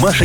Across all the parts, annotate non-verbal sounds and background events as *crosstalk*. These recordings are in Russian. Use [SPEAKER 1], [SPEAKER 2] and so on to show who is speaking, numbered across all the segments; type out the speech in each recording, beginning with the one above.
[SPEAKER 1] Маша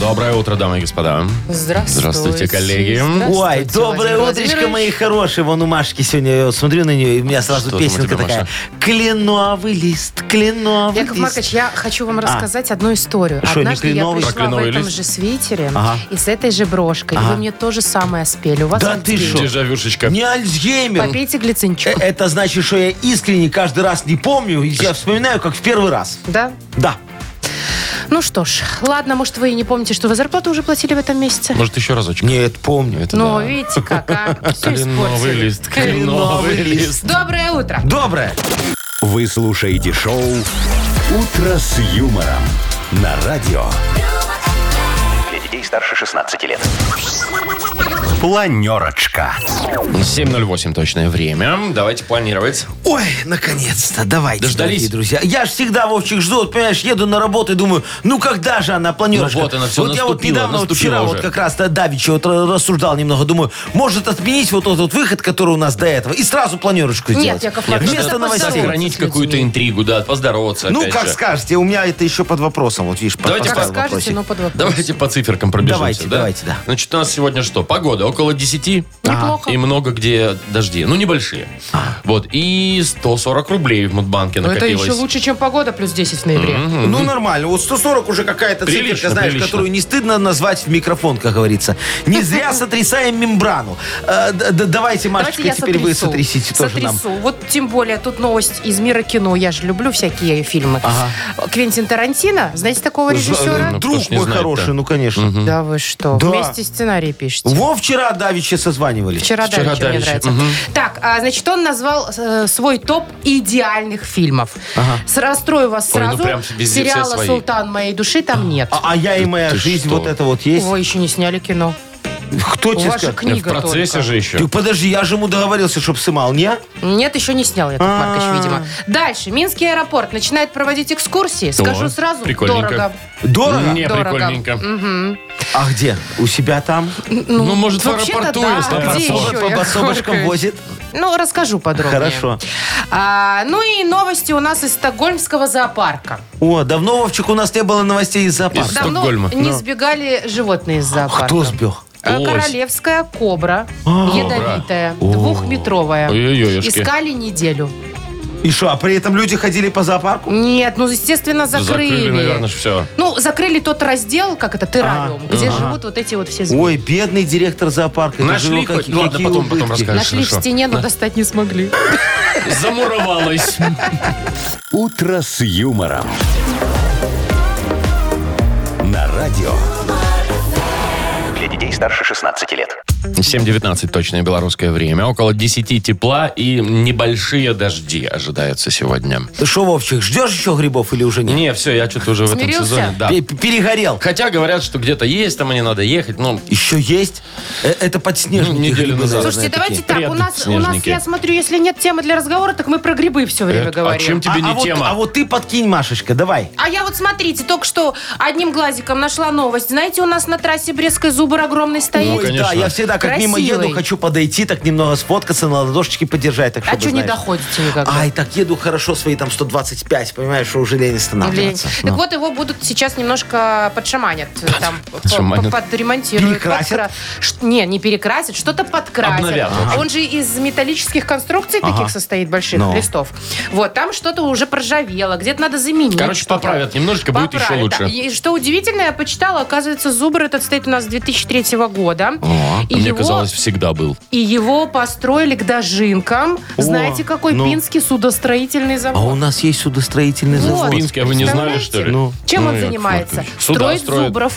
[SPEAKER 2] Доброе утро, дамы и господа.
[SPEAKER 3] Здравствуйте.
[SPEAKER 2] Здравствуйте, коллеги.
[SPEAKER 3] Здравствуйте,
[SPEAKER 4] Ой, доброе
[SPEAKER 3] Владимир
[SPEAKER 4] утречко,
[SPEAKER 3] Владимирович.
[SPEAKER 4] мои хорошие. Вон у Машки сегодня, я вот смотрю на нее, и у меня сразу
[SPEAKER 2] Что там у
[SPEAKER 4] песенка
[SPEAKER 2] тебя,
[SPEAKER 4] такая.
[SPEAKER 2] Маша?
[SPEAKER 4] Кленовый лист, кленовый
[SPEAKER 3] Яков
[SPEAKER 4] лист.
[SPEAKER 3] Маркович, я хочу вам рассказать одну историю.
[SPEAKER 4] Что, не
[SPEAKER 3] Однажды я
[SPEAKER 2] Про
[SPEAKER 4] кленовый?
[SPEAKER 3] пришла в
[SPEAKER 2] кленовый
[SPEAKER 3] этом
[SPEAKER 2] лист?
[SPEAKER 3] же свитере
[SPEAKER 4] Ага.
[SPEAKER 3] и с этой же брошкой. И Вы мне то же самое спели. У вас
[SPEAKER 4] Да
[SPEAKER 3] Альцгеймер.
[SPEAKER 4] ты шо?
[SPEAKER 2] Дежавюшечка.
[SPEAKER 4] Не Альцгеймер.
[SPEAKER 3] Попейте
[SPEAKER 4] Э,
[SPEAKER 3] глицинчик.
[SPEAKER 4] Это значит, что я искренне каждый раз не помню, и я вспоминаю, как в первый раз.
[SPEAKER 3] Да?
[SPEAKER 4] Да.
[SPEAKER 3] Ну что ж, ладно, может, вы и не помните, что вы зарплату уже платили в этом месяце?
[SPEAKER 2] Может, еще разочек?
[SPEAKER 4] Нет, помню.
[SPEAKER 2] Это
[SPEAKER 3] Ну,
[SPEAKER 2] да.
[SPEAKER 3] видите, как, а? Всё
[SPEAKER 2] Кленовый
[SPEAKER 3] испортили.
[SPEAKER 2] лист.
[SPEAKER 4] Кленовый лист.
[SPEAKER 3] Доброе утро.
[SPEAKER 4] Доброе.
[SPEAKER 1] Вы слушаете шоу «Утро с юмором» на радио. Для детей старше 16 лет. Планерочка.
[SPEAKER 2] 7.08 точное время. Давайте планировать.
[SPEAKER 4] Ой, наконец-то, давайте,
[SPEAKER 2] Дождались?
[SPEAKER 4] дорогие друзья. Я ж всегда, Вовчик, жду, вот, понимаешь, еду на работу и думаю, ну когда же она планерочка?
[SPEAKER 2] Ну вот она, всё,
[SPEAKER 4] Вот я вот
[SPEAKER 2] наступила,
[SPEAKER 4] недавно, вот
[SPEAKER 2] наступила
[SPEAKER 4] вчера,
[SPEAKER 2] уже.
[SPEAKER 4] вот как раз да, Давича вот ра- рассуждал немного, думаю, может отменить вот тот вот выход, который у нас до этого, и сразу планерочку
[SPEAKER 3] Нет,
[SPEAKER 4] сделать.
[SPEAKER 3] Яков Маркович,
[SPEAKER 4] Вместо
[SPEAKER 3] это
[SPEAKER 4] новостей.
[SPEAKER 3] поздороваться.
[SPEAKER 2] Сохранить какую-то интригу, да, поздороваться. ну
[SPEAKER 4] Ну,
[SPEAKER 2] опять
[SPEAKER 4] как
[SPEAKER 2] же.
[SPEAKER 4] скажете, у меня это еще под вопросом, вот видишь, под-
[SPEAKER 2] Давайте
[SPEAKER 3] Как
[SPEAKER 2] поставил
[SPEAKER 3] скажете, но ну, под вопрос.
[SPEAKER 2] Давайте по циферкам пробежимся.
[SPEAKER 4] Давайте,
[SPEAKER 2] да?
[SPEAKER 4] давайте, да.
[SPEAKER 2] Значит, у нас сегодня что? Погода около 10.
[SPEAKER 3] Неплохо.
[SPEAKER 2] И много где дожди. Ну, небольшие.
[SPEAKER 4] А.
[SPEAKER 2] Вот. И 140 рублей в Мудбанке
[SPEAKER 3] Но Ну, это
[SPEAKER 2] накопилось.
[SPEAKER 3] еще лучше, чем погода плюс 10 в ноябре.
[SPEAKER 4] Ну, нормально. Вот 140 уже какая-то
[SPEAKER 2] Прилично,
[SPEAKER 4] циферка, знаешь,
[SPEAKER 2] прилично.
[SPEAKER 4] которую не стыдно назвать в микрофон, как говорится.
[SPEAKER 3] *laughs*
[SPEAKER 4] Не зря сотрясаем мембрану. Э, д- д-
[SPEAKER 3] Давайте
[SPEAKER 4] Давайте, Машечка,
[SPEAKER 3] я
[SPEAKER 4] теперь вы
[SPEAKER 3] сотрясу.
[SPEAKER 4] сотрясите тоже нам.
[SPEAKER 3] Сотрясу. Вот тем более, тут новость из мира кино. Я же люблю всякие фильмы. Квентин Тарантино, знаете такого режиссера?
[SPEAKER 2] ну, кто ж
[SPEAKER 4] Друг
[SPEAKER 2] не
[SPEAKER 4] мой
[SPEAKER 2] знает-то.
[SPEAKER 4] хороший, ну, конечно.
[SPEAKER 3] Да вы что?
[SPEAKER 4] Да.
[SPEAKER 3] Вместе сценарий пишете.
[SPEAKER 4] Во вчера Давича созванивались.
[SPEAKER 3] Вчера,
[SPEAKER 2] Вчера
[SPEAKER 3] Давича мне
[SPEAKER 2] Давича,
[SPEAKER 3] нравится. Так, а, значит, он назвал э, свой топ идеальных фильмов. С- Расстрою вас
[SPEAKER 2] Ой, ну
[SPEAKER 3] сразу.
[SPEAKER 2] прям везде все
[SPEAKER 3] Сериала
[SPEAKER 2] свои.
[SPEAKER 3] «Султан моей души» там нет.
[SPEAKER 4] А, а я и моя
[SPEAKER 2] ты
[SPEAKER 4] жизнь,
[SPEAKER 2] что?
[SPEAKER 4] вот это вот есть.
[SPEAKER 3] Его еще не сняли кино.
[SPEAKER 4] Кто
[SPEAKER 3] У
[SPEAKER 4] тебе
[SPEAKER 3] вас же
[SPEAKER 4] сказал?
[SPEAKER 2] В
[SPEAKER 3] книга
[SPEAKER 2] процессе
[SPEAKER 3] только.
[SPEAKER 2] же еще.
[SPEAKER 4] Ты подожди, я же ему договорился, чтоб сымал, не?
[SPEAKER 3] Нет, еще не снял Яков Маркович, видимо. Дальше. Минский аэропорт начинает проводить экскурсии. Скажу сразу,
[SPEAKER 2] прикольненько.
[SPEAKER 3] дорого.
[SPEAKER 4] Дорого?
[SPEAKER 2] Не,
[SPEAKER 3] Дорого.
[SPEAKER 2] прикольненько.
[SPEAKER 4] А где? У себя там?
[SPEAKER 2] Ну, может, в
[SPEAKER 3] вообще-то
[SPEAKER 2] аэропорту,
[SPEAKER 3] да. А
[SPEAKER 2] если
[SPEAKER 3] Где
[SPEAKER 2] хорошо.
[SPEAKER 3] еще?
[SPEAKER 4] По
[SPEAKER 3] Яков
[SPEAKER 4] басобочкам
[SPEAKER 3] Маркович?
[SPEAKER 4] возит?
[SPEAKER 3] Ну, расскажу подробнее.
[SPEAKER 4] Хорошо.
[SPEAKER 3] А, ну и новости у нас из стокгольмского зоопарка.
[SPEAKER 4] О, давно, Вовчик, у нас не было новостей из
[SPEAKER 2] Из
[SPEAKER 4] зоопарка.
[SPEAKER 3] Давно
[SPEAKER 2] Стокгольма.
[SPEAKER 3] не сбегали животные из зоопарка.
[SPEAKER 4] Кто сбег?
[SPEAKER 3] А,
[SPEAKER 2] Ось.
[SPEAKER 3] Королевская кобра, ядовитая, двухметровая.
[SPEAKER 2] Ой-ой-ой-ешки.
[SPEAKER 3] Искали неделю.
[SPEAKER 4] И что, а при этом люди ходили по зоопарку?
[SPEAKER 3] Нет, ну, естественно, закрыли.
[SPEAKER 2] Закрыли, наверное, все.
[SPEAKER 3] Ну, закрыли тот раздел, как это, террариум, где живут вот эти вот все змеи.
[SPEAKER 4] Ой, бедный директор зоопарка. это же
[SPEAKER 2] Нашли
[SPEAKER 4] его
[SPEAKER 2] хоть?
[SPEAKER 4] какие-
[SPEAKER 2] Ну ладно,
[SPEAKER 4] какие
[SPEAKER 2] потом- потом
[SPEAKER 4] убытки.
[SPEAKER 2] расскажешь.
[SPEAKER 3] Нашли
[SPEAKER 2] хорошо.
[SPEAKER 3] в стене, но достать не смогли.
[SPEAKER 2] Замуровалась.
[SPEAKER 1] «Утро с юмором». На радио. Для детей старше 16 лет.
[SPEAKER 2] 7.19 точное белорусское время. Около 10 тепла и небольшие дожди ожидаются сегодня.
[SPEAKER 4] Ты что, Вовчик, ждешь еще грибов или уже нет?
[SPEAKER 2] Не, все, я что-то уже в этом
[SPEAKER 3] Смирился?
[SPEAKER 2] сезоне. Да.
[SPEAKER 4] Пе- Перегорел.
[SPEAKER 2] Хотя говорят, что где-то есть, там и не надо ехать. Но
[SPEAKER 4] Еще есть? Э, Это подснежники.
[SPEAKER 2] Ну, неделю
[SPEAKER 4] грибы,
[SPEAKER 2] назад.
[SPEAKER 4] наверное,
[SPEAKER 3] Слушайте, давайте
[SPEAKER 4] такие.
[SPEAKER 3] так, у нас, у нас,
[SPEAKER 2] Снежники.
[SPEAKER 3] я смотрю, если нет темы для разговора, так мы про грибы все время
[SPEAKER 2] Эд, а
[SPEAKER 3] говорим.
[SPEAKER 2] чем тебе
[SPEAKER 4] а,
[SPEAKER 2] не
[SPEAKER 4] а вот-
[SPEAKER 2] тема.
[SPEAKER 4] а вот ты подкинь, Машечка, давай.
[SPEAKER 3] А я вот, смотрите, только что одним глазиком нашла новость. Знаете, у нас на трассе Брестской зубр огромный стоит.
[SPEAKER 2] Ну, конечно.
[SPEAKER 4] да, я всегда как мимо
[SPEAKER 3] Красивый.
[SPEAKER 4] еду, хочу подойти, так немного сфоткаться, на ладошечке подержать. Так,
[SPEAKER 3] а
[SPEAKER 4] чтобы,
[SPEAKER 3] что не
[SPEAKER 4] знаешь.
[SPEAKER 3] доходите никогда?
[SPEAKER 4] Ай, так еду хорошо свои там 125, понимаешь, что уже лень
[SPEAKER 3] Блин.
[SPEAKER 4] останавливаться.
[SPEAKER 2] ну.
[SPEAKER 3] Так вот, его будут сейчас немножко подшаманят. э, Там, по-
[SPEAKER 2] Подшаманят.
[SPEAKER 3] по- подремонтируют.
[SPEAKER 4] Перекрасят?
[SPEAKER 3] подкра- Ш- Не, не перекрасят, что-то подкрасят.
[SPEAKER 2] Обновят, в общем.
[SPEAKER 3] Он же из металлических конструкций таких состоит, больших
[SPEAKER 4] Ну.
[SPEAKER 3] листов. Вот, там что-то уже проржавело, где-то надо заменить.
[SPEAKER 2] Короче,
[SPEAKER 3] что-то.
[SPEAKER 2] поправят немножечко, будет еще
[SPEAKER 3] Поправят, да.
[SPEAKER 2] лучше.
[SPEAKER 3] И что удивительно, я почитала, оказывается, зубр этот стоит у нас с 2003 года.
[SPEAKER 2] О, а,
[SPEAKER 3] и,
[SPEAKER 2] мне
[SPEAKER 3] его,
[SPEAKER 2] казалось, всегда был.
[SPEAKER 3] и его построили к дожинкам.
[SPEAKER 4] О,
[SPEAKER 3] Знаете, какой
[SPEAKER 4] ну.
[SPEAKER 3] пинский судостроительный
[SPEAKER 4] А
[SPEAKER 3] завод?
[SPEAKER 4] у нас есть судостроительный
[SPEAKER 3] Вот.
[SPEAKER 4] завод.
[SPEAKER 2] Пинске, а вы не знали, что
[SPEAKER 3] Представляете?
[SPEAKER 2] ли?
[SPEAKER 4] Ну.
[SPEAKER 3] Чем он
[SPEAKER 2] Яков
[SPEAKER 3] занимается?
[SPEAKER 2] Маркович. Суда
[SPEAKER 3] Строит
[SPEAKER 2] строит. *laughs*
[SPEAKER 3] зубров.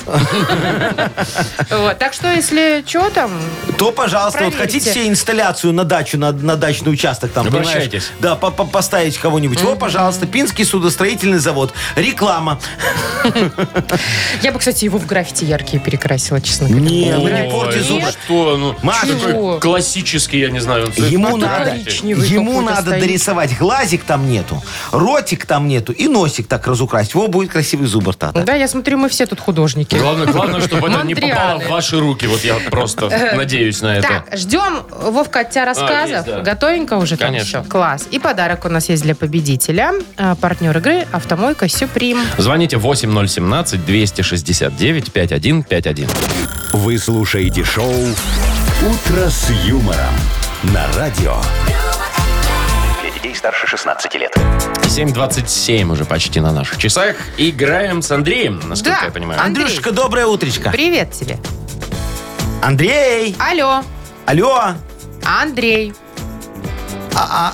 [SPEAKER 3] Вот, Так что, если что там,
[SPEAKER 4] То, пожалуйста, вот
[SPEAKER 3] Проверьте.
[SPEAKER 4] хотите себе инсталляцию на дачу, на, на дачный участок там, понимаешь?
[SPEAKER 2] Обращайтесь.
[SPEAKER 4] Да, по- по- поставить кого-нибудь. Вот, пожалуйста, Пинский судостроительный завод. Реклама.
[SPEAKER 3] я бы, кстати, его в граффити яркие перекрасила, честно говоря.
[SPEAKER 4] Не,
[SPEAKER 2] ну
[SPEAKER 4] ну
[SPEAKER 2] не
[SPEAKER 4] не
[SPEAKER 2] порти
[SPEAKER 4] порти
[SPEAKER 2] зубы.
[SPEAKER 4] зубы.
[SPEAKER 2] Нет, что? Ну,
[SPEAKER 4] Машечка.
[SPEAKER 2] такой
[SPEAKER 3] Чего?
[SPEAKER 2] классический, я не знаю. он цвет.
[SPEAKER 4] Ему
[SPEAKER 2] Ну,
[SPEAKER 4] надо,
[SPEAKER 2] давайте.
[SPEAKER 3] коричневый
[SPEAKER 4] ему
[SPEAKER 3] какой-то
[SPEAKER 4] надо
[SPEAKER 3] стоит.
[SPEAKER 4] дорисовать глазик там нету, ротик там нету и носик так разукрасить. Во, будет красивый зубр тогда.
[SPEAKER 3] Да, я смотрю, мы все тут художники.
[SPEAKER 2] Главное, главное, чтобы это не попало
[SPEAKER 3] Мандрианы.
[SPEAKER 2] в ваши руки. Вот я просто надеюсь на это. А,
[SPEAKER 3] Так, ждем, Вовка, от тебя рассказов.
[SPEAKER 2] есть, да.
[SPEAKER 3] Готовенько уже там
[SPEAKER 2] Конечно.
[SPEAKER 3] всё? Класс. И подарок у нас есть для победителя. А, Партнер игры «Автомойка Сюприм».
[SPEAKER 2] Звоните 8017-269-5151.
[SPEAKER 1] Вы слушаете шоу «Утро с юмором» на радио. Для детей старше 16 лет.
[SPEAKER 2] 7.27 уже почти на наших часах. Играем с Андреем, насколько
[SPEAKER 3] Да.
[SPEAKER 2] я понимаю.
[SPEAKER 3] Ан- Андрей.
[SPEAKER 4] Андрюшка, доброе утречко.
[SPEAKER 3] Привет тебе.
[SPEAKER 4] Андрей,
[SPEAKER 3] Алло,
[SPEAKER 4] алло.
[SPEAKER 3] Андрей.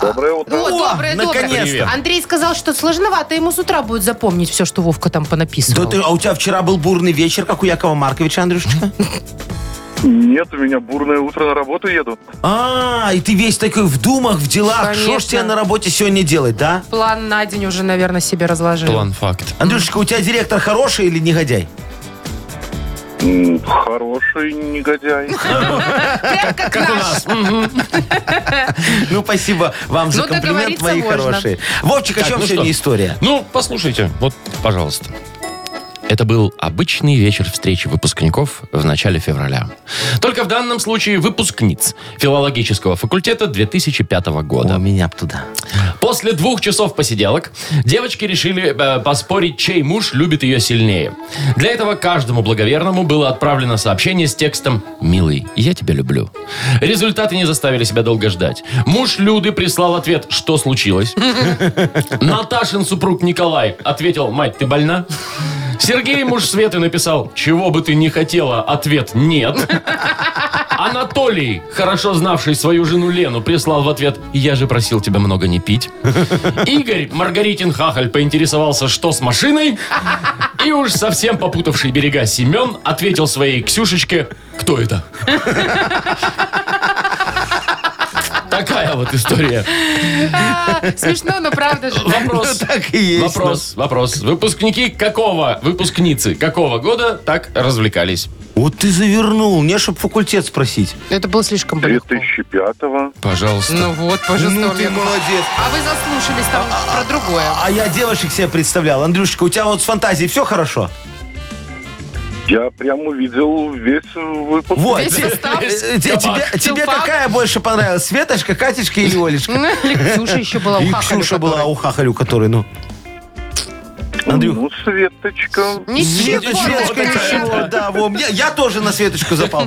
[SPEAKER 5] Доброе утро.
[SPEAKER 3] О, доброе, доброе.
[SPEAKER 4] наконец-то.
[SPEAKER 2] Привет.
[SPEAKER 3] Андрей сказал, что сложновато ему с утра будет запомнить все, что Вовка там понаписывал.
[SPEAKER 4] Да ты, а у тебя вчера был бурный вечер, как у Якова Марковича,
[SPEAKER 3] *laughs*
[SPEAKER 4] Андрюшечка?
[SPEAKER 5] Нет, у меня бурное утро на работу еду.
[SPEAKER 4] А, и ты весь такой в думах, в делах. Что ж
[SPEAKER 3] Конечно.
[SPEAKER 4] тебе на работе сегодня делать, да?
[SPEAKER 3] План на день уже, наверное, себе разложил.
[SPEAKER 2] План факт.
[SPEAKER 4] Андрюшечка, у тебя директор хороший или негодяй? *laughs*
[SPEAKER 5] М, Хороший негодяй.
[SPEAKER 3] Прям как наш.
[SPEAKER 4] Ну, спасибо вам за
[SPEAKER 3] Ну,
[SPEAKER 4] комплимент,
[SPEAKER 3] договориться
[SPEAKER 4] мои
[SPEAKER 3] можно.
[SPEAKER 4] хорошие. Вовчик, о
[SPEAKER 2] Так,
[SPEAKER 4] чем
[SPEAKER 2] ну что?
[SPEAKER 4] сегодня история?
[SPEAKER 2] Ну, послушайте, вот, пожалуйста. Это был обычный вечер встречи выпускников в начале февраля. Только в данном случае выпускниц филологического факультета 2005
[SPEAKER 4] О,
[SPEAKER 2] года.
[SPEAKER 4] меня б туда.
[SPEAKER 2] После двух часов посиделок девочки решили э, поспорить, чей муж любит ее сильнее. Для этого каждому благоверному было отправлено сообщение с текстом «Милый, я тебя люблю». Результаты не заставили себя долго ждать. Муж Люды прислал ответ «Что случилось?». Наташин супруг Николай ответил «Мать, ты больна?». Сергей, муж Светы, написал «Чего бы ты не хотела?» Ответ «Нет». Анатолий, хорошо знавший свою жену Лену, прислал в ответ «Я же просил тебя много не пить». Игорь Маргаритин Хахаль поинтересовался, что с машиной. И уж совсем попутавший берега Семен ответил своей Ксюшечке «Кто это?» Такая вот история.
[SPEAKER 3] А, Смешно, но правда же. да?
[SPEAKER 2] Вопрос.
[SPEAKER 4] Ну, Так и есть.
[SPEAKER 2] Вопрос, вопрос. Выпускники какого, выпускницы какого года так развлекались?
[SPEAKER 4] Вот ты завернул, не чтоб факультет спросить.
[SPEAKER 3] Это было слишком легко.
[SPEAKER 5] 2005-го.
[SPEAKER 2] Пожалуйста.
[SPEAKER 3] Ну вот,
[SPEAKER 4] Ну ты
[SPEAKER 3] пожалуйста.
[SPEAKER 4] молодец.
[SPEAKER 3] А вы заслушались там про другое.
[SPEAKER 4] А я девушек себе представлял. Андрюшечка, у тебя вот с фантазией все хорошо?
[SPEAKER 5] Я прям увидел весь выпуск.
[SPEAKER 4] Вот.
[SPEAKER 3] Весь
[SPEAKER 4] Э,
[SPEAKER 3] состав.
[SPEAKER 4] э, те-
[SPEAKER 2] Кабак.
[SPEAKER 4] Тебе тебе
[SPEAKER 3] Чулпак.
[SPEAKER 4] какая больше понравилась? Светочка, Катечка или Олечка?
[SPEAKER 3] Или Ксюша еще была Ну, у
[SPEAKER 4] И
[SPEAKER 3] Хахаля,
[SPEAKER 4] Ксюша
[SPEAKER 3] которая-
[SPEAKER 4] была у Хахалю, который, ну... Андрюх.
[SPEAKER 5] Ну, Светочка.
[SPEAKER 3] Ничего
[SPEAKER 4] Светочка, Светочка,
[SPEAKER 3] такая.
[SPEAKER 4] ничего, да, во, мне- я тоже на Светочку
[SPEAKER 3] *laughs*
[SPEAKER 4] запал.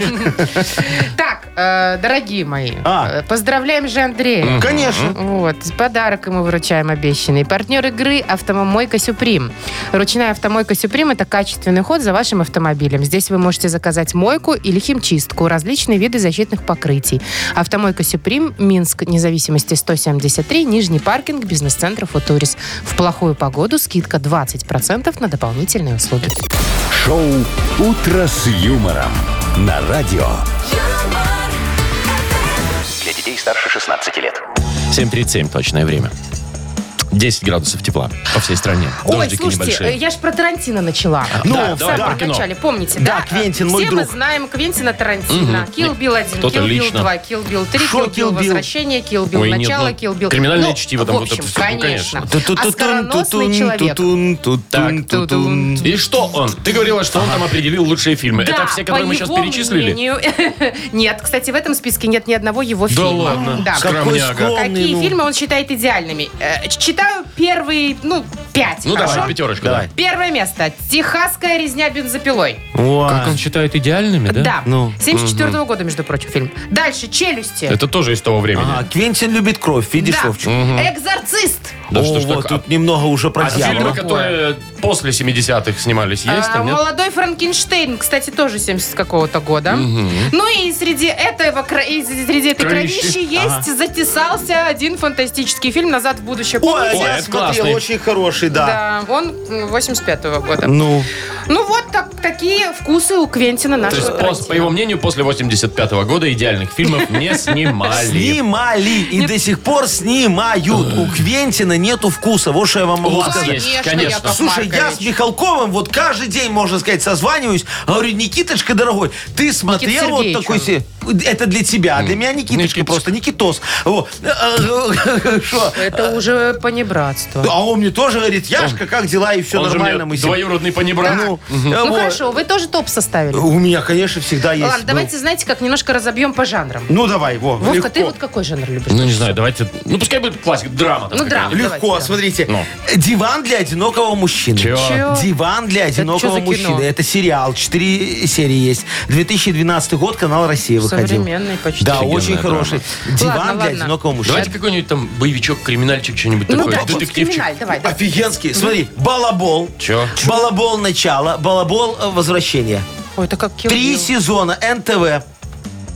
[SPEAKER 3] Так, э, дорогие мои,
[SPEAKER 4] А.
[SPEAKER 3] э, поздравляем же Андрея.
[SPEAKER 4] Конечно.
[SPEAKER 3] Вот, подарок ему вручаем обещанный. Партнер игры «Автомойка Сюприм». Ручная «Автомойка Сюприм» — это качественный ход за вашим автомобилем. Здесь вы можете заказать мойку или химчистку, различные виды защитных покрытий. «Автомойка Сюприм», Минск, независимости 173, Нижний паркинг, бизнес-центр «Футурис». В плохую погоду скидка 20% на дополнительные услуги.
[SPEAKER 1] Шоу «Утро с юмором» на радио.
[SPEAKER 6] юмор,
[SPEAKER 7] Для детей старше 16 лет.
[SPEAKER 2] 7.37 точное время. 10 градусов тепла по всей стране.
[SPEAKER 3] Ой,
[SPEAKER 2] Дождики
[SPEAKER 3] слушайте,
[SPEAKER 2] небольшие.
[SPEAKER 3] э, я же про Тарантино начала.
[SPEAKER 2] Ну,
[SPEAKER 3] Да, в
[SPEAKER 2] давай,
[SPEAKER 3] самом
[SPEAKER 2] про кино.
[SPEAKER 3] начале, помните,
[SPEAKER 4] Да,
[SPEAKER 3] да?
[SPEAKER 4] Квентин,
[SPEAKER 3] Все
[SPEAKER 4] мой
[SPEAKER 3] мы
[SPEAKER 4] друг.
[SPEAKER 3] знаем Квентина Тарантино. Килл Билл 1,
[SPEAKER 2] Кто-то
[SPEAKER 3] Килл Билл
[SPEAKER 2] лично.
[SPEAKER 3] 2, Килл Билл 3, Килл
[SPEAKER 4] Шо Kill
[SPEAKER 3] Билл
[SPEAKER 4] Bill?
[SPEAKER 3] Возвращение, Килл Билл
[SPEAKER 2] Ой, нет,
[SPEAKER 3] Начало,
[SPEAKER 2] ну,
[SPEAKER 3] Kill Bill...
[SPEAKER 2] криминальное
[SPEAKER 3] Ну,
[SPEAKER 2] чтиво, там
[SPEAKER 3] в
[SPEAKER 2] вот это
[SPEAKER 3] общем,
[SPEAKER 2] всё, ну,
[SPEAKER 3] конечно. Оскароносный человек.
[SPEAKER 4] Ту-тун-ту-тун-ту-тун-ту-тун.
[SPEAKER 2] И что он? Ты говорила, что он там определил лучшие фильмы.
[SPEAKER 3] Да,
[SPEAKER 2] Это все, которые
[SPEAKER 3] по
[SPEAKER 2] мы сейчас
[SPEAKER 3] его
[SPEAKER 2] перечислили?
[SPEAKER 3] мнению- Нет, кстати, в этом списке нет ни одного его
[SPEAKER 2] Да
[SPEAKER 3] фильма.
[SPEAKER 2] ладно?
[SPEAKER 3] Да.
[SPEAKER 2] Скромняга.
[SPEAKER 4] Какой скромный,
[SPEAKER 3] Какие
[SPEAKER 4] ну.
[SPEAKER 3] фильмы он считает идеальными? Э, Читаю первые, ну, пять.
[SPEAKER 2] Ну
[SPEAKER 3] хорошо?
[SPEAKER 2] давай, пятерочку.
[SPEAKER 4] Давай.
[SPEAKER 2] да.
[SPEAKER 3] Первое место. Техасская резня бензопилой.
[SPEAKER 4] Ой.
[SPEAKER 2] Как он считает идеальными, да?
[SPEAKER 3] Да.
[SPEAKER 4] Ну.
[SPEAKER 3] 74 года, между прочим, фильм. Дальше «Челюсти».
[SPEAKER 2] Это тоже из того времени.
[SPEAKER 4] А, Квентин любит кровь, видишь,
[SPEAKER 3] Да.
[SPEAKER 4] Вовчик?
[SPEAKER 3] «Экзорцист».
[SPEAKER 2] Да
[SPEAKER 4] О,
[SPEAKER 2] что ж
[SPEAKER 4] вот
[SPEAKER 2] так, а-
[SPEAKER 4] тут немного уже про
[SPEAKER 2] А фильмы,
[SPEAKER 4] дьявола.
[SPEAKER 2] которые после 70-х снимались, есть
[SPEAKER 3] А,
[SPEAKER 2] там, нет?
[SPEAKER 3] «Молодой Франкенштейн», кстати, тоже 70 какого-то года. Ну и среди, этого, кра- и среди этой
[SPEAKER 2] Кровищи.
[SPEAKER 3] кровищи есть, затесался один фантастический фильм «Назад в будущее».
[SPEAKER 4] Ой, а
[SPEAKER 3] Помните?
[SPEAKER 4] я
[SPEAKER 2] это
[SPEAKER 4] смотрел,
[SPEAKER 2] классный.
[SPEAKER 4] очень хороший, да.
[SPEAKER 3] Да, он м, 85 года. Ну,
[SPEAKER 4] Ну,
[SPEAKER 3] вот так, такие вкусы у Квентина
[SPEAKER 2] То
[SPEAKER 3] нашего
[SPEAKER 2] есть, пос- по
[SPEAKER 3] Тарантино.
[SPEAKER 2] его мнению, после 85 года идеальных фильмов
[SPEAKER 3] *laughs*
[SPEAKER 2] не снимали.
[SPEAKER 4] снимали и до сих пор снимают. У Квентина нету вкуса, вот что я вам могу
[SPEAKER 2] Вот
[SPEAKER 4] сказать.
[SPEAKER 2] есть,
[SPEAKER 3] Конечно,
[SPEAKER 2] конечно.
[SPEAKER 3] Яков
[SPEAKER 4] Слушай, я с
[SPEAKER 3] Маркович.
[SPEAKER 4] Михалковым вот каждый день, можно сказать, созваниваюсь. Говорю, Никиточка, дорогой, ты смотрел вот
[SPEAKER 3] Сергеевич
[SPEAKER 4] такой...
[SPEAKER 3] он.
[SPEAKER 4] се- это для тебя, а для меня Никиточка,
[SPEAKER 2] Никитич.
[SPEAKER 4] просто Никитос. Во. Шо?
[SPEAKER 3] Это уже понебратство.
[SPEAKER 4] А он мне тоже говорит, Яшка, как дела, и все
[SPEAKER 2] Он же
[SPEAKER 4] нормально. мы
[SPEAKER 2] мне
[SPEAKER 4] с ним».
[SPEAKER 2] двоюродный понебрат.
[SPEAKER 4] Ну, э,
[SPEAKER 3] Ну
[SPEAKER 4] во.
[SPEAKER 3] хорошо, вы тоже топ составили.
[SPEAKER 4] У меня, конечно, всегда есть.
[SPEAKER 3] Ладно,
[SPEAKER 4] ну.
[SPEAKER 3] давайте, знаете, как немножко разобьем по жанрам.
[SPEAKER 4] Ну, давай, во,
[SPEAKER 3] Вовка,
[SPEAKER 4] легко.
[SPEAKER 3] ты вот какой жанр любишь?
[SPEAKER 2] Ну, не знаю, давайте... Ну, пускай будет классика, драма. там
[SPEAKER 3] Ну,
[SPEAKER 2] какая-нибудь.
[SPEAKER 3] драма.
[SPEAKER 4] Легко,
[SPEAKER 3] Давайте,
[SPEAKER 4] смотрите.
[SPEAKER 2] Ну.
[SPEAKER 4] Диван для одинокого мужчины.
[SPEAKER 2] Чё?
[SPEAKER 3] Чё?
[SPEAKER 4] Диван для
[SPEAKER 3] чё
[SPEAKER 4] одинокого
[SPEAKER 3] за кино?
[SPEAKER 4] мужчины. Это сериал. Четыре серии есть. 2012 год, канал Россия выходил.
[SPEAKER 3] Современный почти.
[SPEAKER 4] Да,
[SPEAKER 2] Офигенная
[SPEAKER 4] очень хороший. Диван
[SPEAKER 3] Ладно,
[SPEAKER 4] для
[SPEAKER 3] ладно.
[SPEAKER 4] одинокого мужчины.
[SPEAKER 2] Давайте какой-нибудь там боевичок, криминальчик, что-нибудь
[SPEAKER 3] Ну
[SPEAKER 2] такое.
[SPEAKER 3] да, чисто
[SPEAKER 2] детективчик.
[SPEAKER 3] криминальный, давай. да.
[SPEAKER 4] Офигенский. Смотри, балабол.
[SPEAKER 2] Чё?
[SPEAKER 4] Балабол начало, балабол э, возвращение.
[SPEAKER 3] Ой, это как Kill
[SPEAKER 4] Три
[SPEAKER 3] Bill.
[SPEAKER 4] сезона НТВ.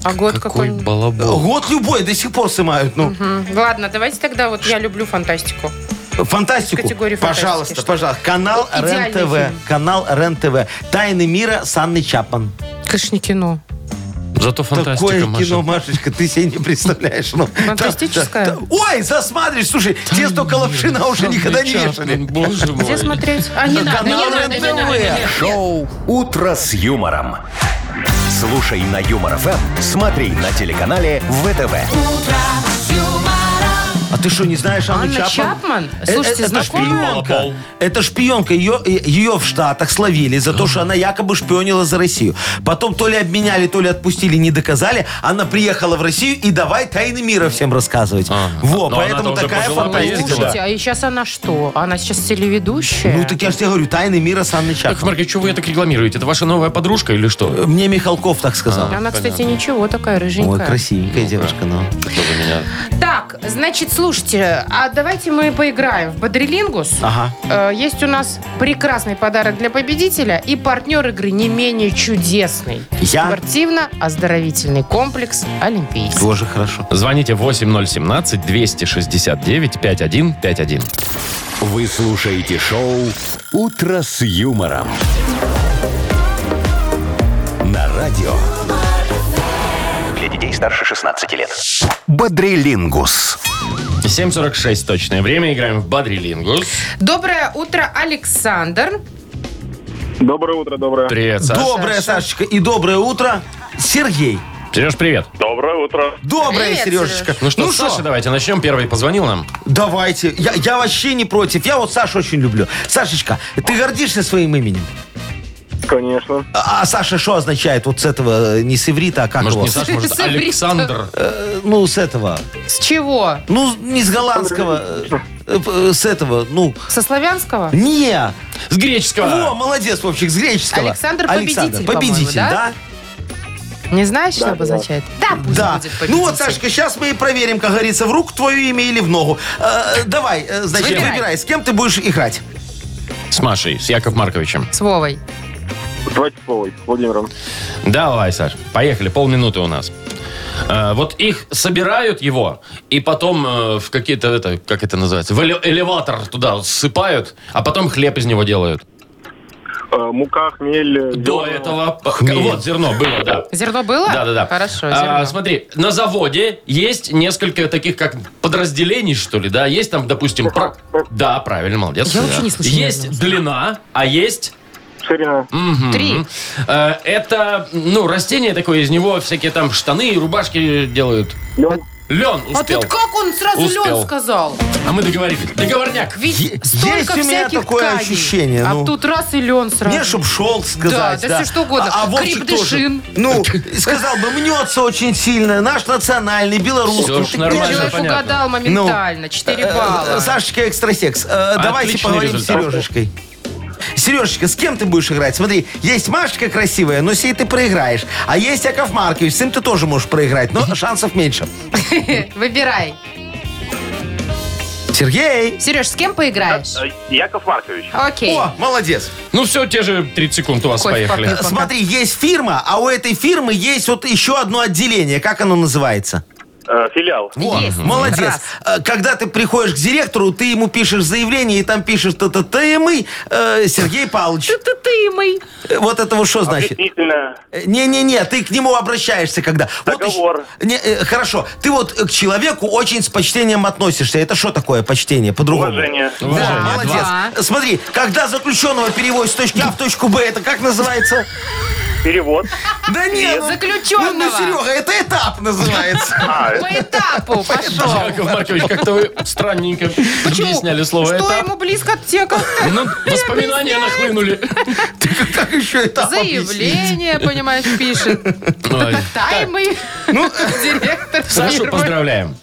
[SPEAKER 3] А год
[SPEAKER 2] Какой
[SPEAKER 3] какой?
[SPEAKER 2] балабол.
[SPEAKER 4] Год любой, до сих пор снимают. Ну,
[SPEAKER 3] М, Ладно, давайте тогда вот я люблю фантастику.
[SPEAKER 4] фантастику.
[SPEAKER 3] Категорию фантастики,
[SPEAKER 4] пожалуйста,
[SPEAKER 3] что?
[SPEAKER 4] пожалуйста. Канал
[SPEAKER 3] Идеальный
[SPEAKER 4] РЕН-ТВ.
[SPEAKER 3] фильм.
[SPEAKER 4] Канал РЕН-ТВ. Тайны мира с Анной Чапман.
[SPEAKER 3] Конечно, не кино.
[SPEAKER 2] Зато фантастика,
[SPEAKER 4] Такое
[SPEAKER 2] Маша.
[SPEAKER 4] кино, Машечка, ты себе не представляешь. Ну,
[SPEAKER 3] Фантастическое?
[SPEAKER 4] да, да. Ой, засматришь, слушай, те столько лапшина уже никогда не вешали.
[SPEAKER 2] Боже мой.
[SPEAKER 3] Где смотреть? А, не надо, не
[SPEAKER 4] Канал
[SPEAKER 3] надо, не надо.
[SPEAKER 4] РЕН-ТВ.
[SPEAKER 1] Шоу «Утро с юмором». Слушай на Юмор ФМ, смотри на телеканале ВТВ.
[SPEAKER 4] А ты что, не знаешь Анну
[SPEAKER 3] Анна
[SPEAKER 4] Чапман?
[SPEAKER 3] Чапман?
[SPEAKER 4] Э,
[SPEAKER 3] Слушайте,
[SPEAKER 4] это
[SPEAKER 3] знакомая?
[SPEAKER 4] шпионка.
[SPEAKER 2] Балабол.
[SPEAKER 4] Это шпионка. Ее, ее в Штатах словили за то, что она якобы шпионила за Россию. Потом то ли обменяли, то ли отпустили, не доказали. Она приехала в Россию и давай тайны мира всем рассказывать.
[SPEAKER 2] Ага. Ну,
[SPEAKER 4] Во,
[SPEAKER 2] Но она-то
[SPEAKER 4] поэтому
[SPEAKER 2] уже
[SPEAKER 4] такая
[SPEAKER 2] пожилая ездила.
[SPEAKER 4] фантастика.
[SPEAKER 3] Слушайте, а и сейчас она что? Она сейчас телеведущая?
[SPEAKER 4] Ну, так я же тебе говорю, тайны мира с Анной
[SPEAKER 2] Так,
[SPEAKER 4] Чапман.
[SPEAKER 2] Маркович, что вы так рекламируете? Это ваша новая подружка или что?
[SPEAKER 4] Мне Михалков так сказал.
[SPEAKER 3] Она, кстати, ничего, такая
[SPEAKER 4] Ой,
[SPEAKER 3] рыженькая.
[SPEAKER 2] Ну,
[SPEAKER 4] красивенькая ну. девушка, но...
[SPEAKER 2] Тоже меня.
[SPEAKER 3] Так, значит, слушайте, а давайте мы поиграем в Бодрилингус.
[SPEAKER 4] Ага.
[SPEAKER 3] Э, Есть у нас прекрасный подарок для победителя и партнер игры не менее чудесный.
[SPEAKER 4] Я?
[SPEAKER 3] Спортивно-оздоровительный комплекс «Олимпийский».
[SPEAKER 4] Тоже хорошо.
[SPEAKER 2] Звоните 8017-269-5151.
[SPEAKER 1] Вы слушаете шоу «Утро с юмором». На радио
[SPEAKER 7] Для детей старше 16 лет.
[SPEAKER 1] «Бодрилингус».
[SPEAKER 2] 7.46 точное время. Играем в Бадрилингус.
[SPEAKER 3] Доброе утро, Александр.
[SPEAKER 5] Доброе утро, доброе.
[SPEAKER 2] Привет, Саш.
[SPEAKER 4] Доброе, Сашечка, и доброе утро, Сергей.
[SPEAKER 2] Сереж, привет.
[SPEAKER 5] Доброе утро.
[SPEAKER 4] Доброе,
[SPEAKER 3] Привет,
[SPEAKER 4] Сережечка.
[SPEAKER 2] Ну что, Саша, давайте начнем. Первый позвонил нам.
[SPEAKER 4] давайте. Я, я вообще не против. Я вот Сашу очень люблю. Сашечка, ты гордишься своим именем?
[SPEAKER 5] Конечно.
[SPEAKER 4] А, а Саша что означает вот с этого, э, не с иврита, а как
[SPEAKER 2] Может,
[SPEAKER 4] его?
[SPEAKER 2] не Саша,
[SPEAKER 3] *laughs*
[SPEAKER 2] может,
[SPEAKER 3] Сибрид.
[SPEAKER 2] Александр.
[SPEAKER 4] Э, Ну, с этого.
[SPEAKER 3] С чего?
[SPEAKER 4] Ну, не с голландского. э, э, э, С этого, ну.
[SPEAKER 3] Со славянского?
[SPEAKER 4] Не.
[SPEAKER 2] С греческого.
[SPEAKER 4] О, молодец, Вовчик, с греческого.
[SPEAKER 3] Александр победитель, по-моему,
[SPEAKER 4] победитель,
[SPEAKER 3] да?
[SPEAKER 4] да?
[SPEAKER 3] Не знаешь, что обозначает? Да, пусть
[SPEAKER 4] Да.
[SPEAKER 3] будет
[SPEAKER 4] Ну вот,
[SPEAKER 3] победитель.
[SPEAKER 4] Сашка, сейчас мы и проверим, как говорится, в руку твое имя или в ногу. Э, давай, э, значит,
[SPEAKER 3] Выбирай.
[SPEAKER 4] выбирай. с кем ты будешь играть.
[SPEAKER 2] С Машей, с Яков Марковичем.
[SPEAKER 3] С Вовой.
[SPEAKER 5] Давайте слово, Владимиром.
[SPEAKER 2] Давай, Саш, поехали, полминуты у нас. Э, вот их собирают его, и потом э, в какие-то, это, как это называется, в эле- элеватор туда вот сыпают, а потом хлеб из него делают.
[SPEAKER 5] Э, Мука, хмель.
[SPEAKER 2] До
[SPEAKER 5] зелень.
[SPEAKER 2] этого... п- Вот, зерно было, да.
[SPEAKER 3] Зерно было?
[SPEAKER 2] Да, да, да.
[SPEAKER 3] Хорошо,
[SPEAKER 2] А,
[SPEAKER 3] зерно.
[SPEAKER 2] смотри, на заводе есть несколько таких как подразделений, что ли, да? Есть там, допустим, про- да, правильно, молодец.
[SPEAKER 3] Я
[SPEAKER 2] Да.
[SPEAKER 3] вообще не слышала ни одного
[SPEAKER 2] Есть длина, а есть
[SPEAKER 5] Ширина.
[SPEAKER 3] Три.
[SPEAKER 2] э, это ну растение такое, из него всякие там штаны и рубашки делают.
[SPEAKER 5] Лен.
[SPEAKER 2] Лен
[SPEAKER 3] А
[SPEAKER 2] успел.
[SPEAKER 3] тут как он сразу
[SPEAKER 2] Успел.
[SPEAKER 3] лен сказал?
[SPEAKER 2] А мы договорились. Договорняк.
[SPEAKER 3] Ведь
[SPEAKER 4] Е-
[SPEAKER 3] столько
[SPEAKER 4] есть у
[SPEAKER 3] всяких
[SPEAKER 4] меня такое
[SPEAKER 3] тканей.
[SPEAKER 4] ощущение,
[SPEAKER 3] А
[SPEAKER 4] ну.
[SPEAKER 3] тут раз и лен сразу.
[SPEAKER 4] Мне, чтоб шел сказать.
[SPEAKER 3] Да, да всё что угодно.
[SPEAKER 4] А, а Вовчик
[SPEAKER 3] Грибный
[SPEAKER 4] тоже.
[SPEAKER 3] шин.
[SPEAKER 4] Ну, сказал бы, мнется очень сильно. Наш национальный, белорусский.
[SPEAKER 2] Всё ж
[SPEAKER 4] Ты
[SPEAKER 2] нормально.
[SPEAKER 4] конечно,
[SPEAKER 3] Человек
[SPEAKER 2] понятно.
[SPEAKER 3] угадал моментально. Четыре
[SPEAKER 4] Э,
[SPEAKER 3] балла.
[SPEAKER 4] Сашечка экстрасекс. Э, Давайте
[SPEAKER 2] Отличный
[SPEAKER 4] поговорим
[SPEAKER 2] результат.
[SPEAKER 4] с Сережечкой. Сережечка, с кем ты будешь играть? Смотри, есть Машечка красивая, но с ней ты проиграешь. А есть Яков Маркович, с ним ты тоже можешь проиграть, но шансов меньше.
[SPEAKER 3] Выбирай.
[SPEAKER 4] Сергей!
[SPEAKER 3] Сереж, с кем поиграешь?
[SPEAKER 5] Э, Яков Маркович.
[SPEAKER 3] Окей.
[SPEAKER 4] О, молодец.
[SPEAKER 2] Ну все, те же 30 секунд у вас
[SPEAKER 3] Кофе
[SPEAKER 2] поехали.
[SPEAKER 3] попил. Пока.
[SPEAKER 4] Смотри, есть фирма, а у этой фирмы есть вот еще одно отделение. Как оно называется?
[SPEAKER 5] э, Филиал.
[SPEAKER 4] Во,
[SPEAKER 3] Есть.
[SPEAKER 4] молодец. Э, Когда ты приходишь к директору, ты ему пишешь заявление, и там пишешь «Ты мы, э, Сергей Павлович».
[SPEAKER 3] Это ты мой.
[SPEAKER 4] Э, Вот этого что
[SPEAKER 5] А,
[SPEAKER 4] значит?
[SPEAKER 5] Действительно.
[SPEAKER 4] Э, Не-не-не, ты к нему обращаешься, когда... Вот
[SPEAKER 5] Договор.
[SPEAKER 4] ещё- не, э, хорошо, ты вот э, к человеку очень с почтением относишься. Это что такое почтение? По-другому.
[SPEAKER 5] Уважение.
[SPEAKER 4] Да,
[SPEAKER 2] Уважение.
[SPEAKER 4] молодец.
[SPEAKER 3] Два.
[SPEAKER 4] Смотри, когда заключенного перевозят с точки А в точку Б, это как называется?
[SPEAKER 6] Перевод.
[SPEAKER 4] Да нет, ну,
[SPEAKER 3] Заключенного.
[SPEAKER 4] Ну, ну, Серега, это этап называется.
[SPEAKER 3] *laughs*
[SPEAKER 6] А,
[SPEAKER 3] По этапу пошел.
[SPEAKER 2] *laughs* Яков Маркович, как-то вы странненько объясняли слово
[SPEAKER 3] Ну, Что
[SPEAKER 2] «этап».
[SPEAKER 3] ему близко от текста? *laughs*
[SPEAKER 2] Ну, воспоминания нахлынули.
[SPEAKER 4] Ты Как еще этап *laughs* объяснить?
[SPEAKER 3] Заявление, понимаешь, пишет.
[SPEAKER 2] Ой.
[SPEAKER 3] Таймы.
[SPEAKER 4] Ну,
[SPEAKER 3] *laughs* Директор.
[SPEAKER 2] Сашу
[SPEAKER 3] фирмы.
[SPEAKER 2] поздравляем.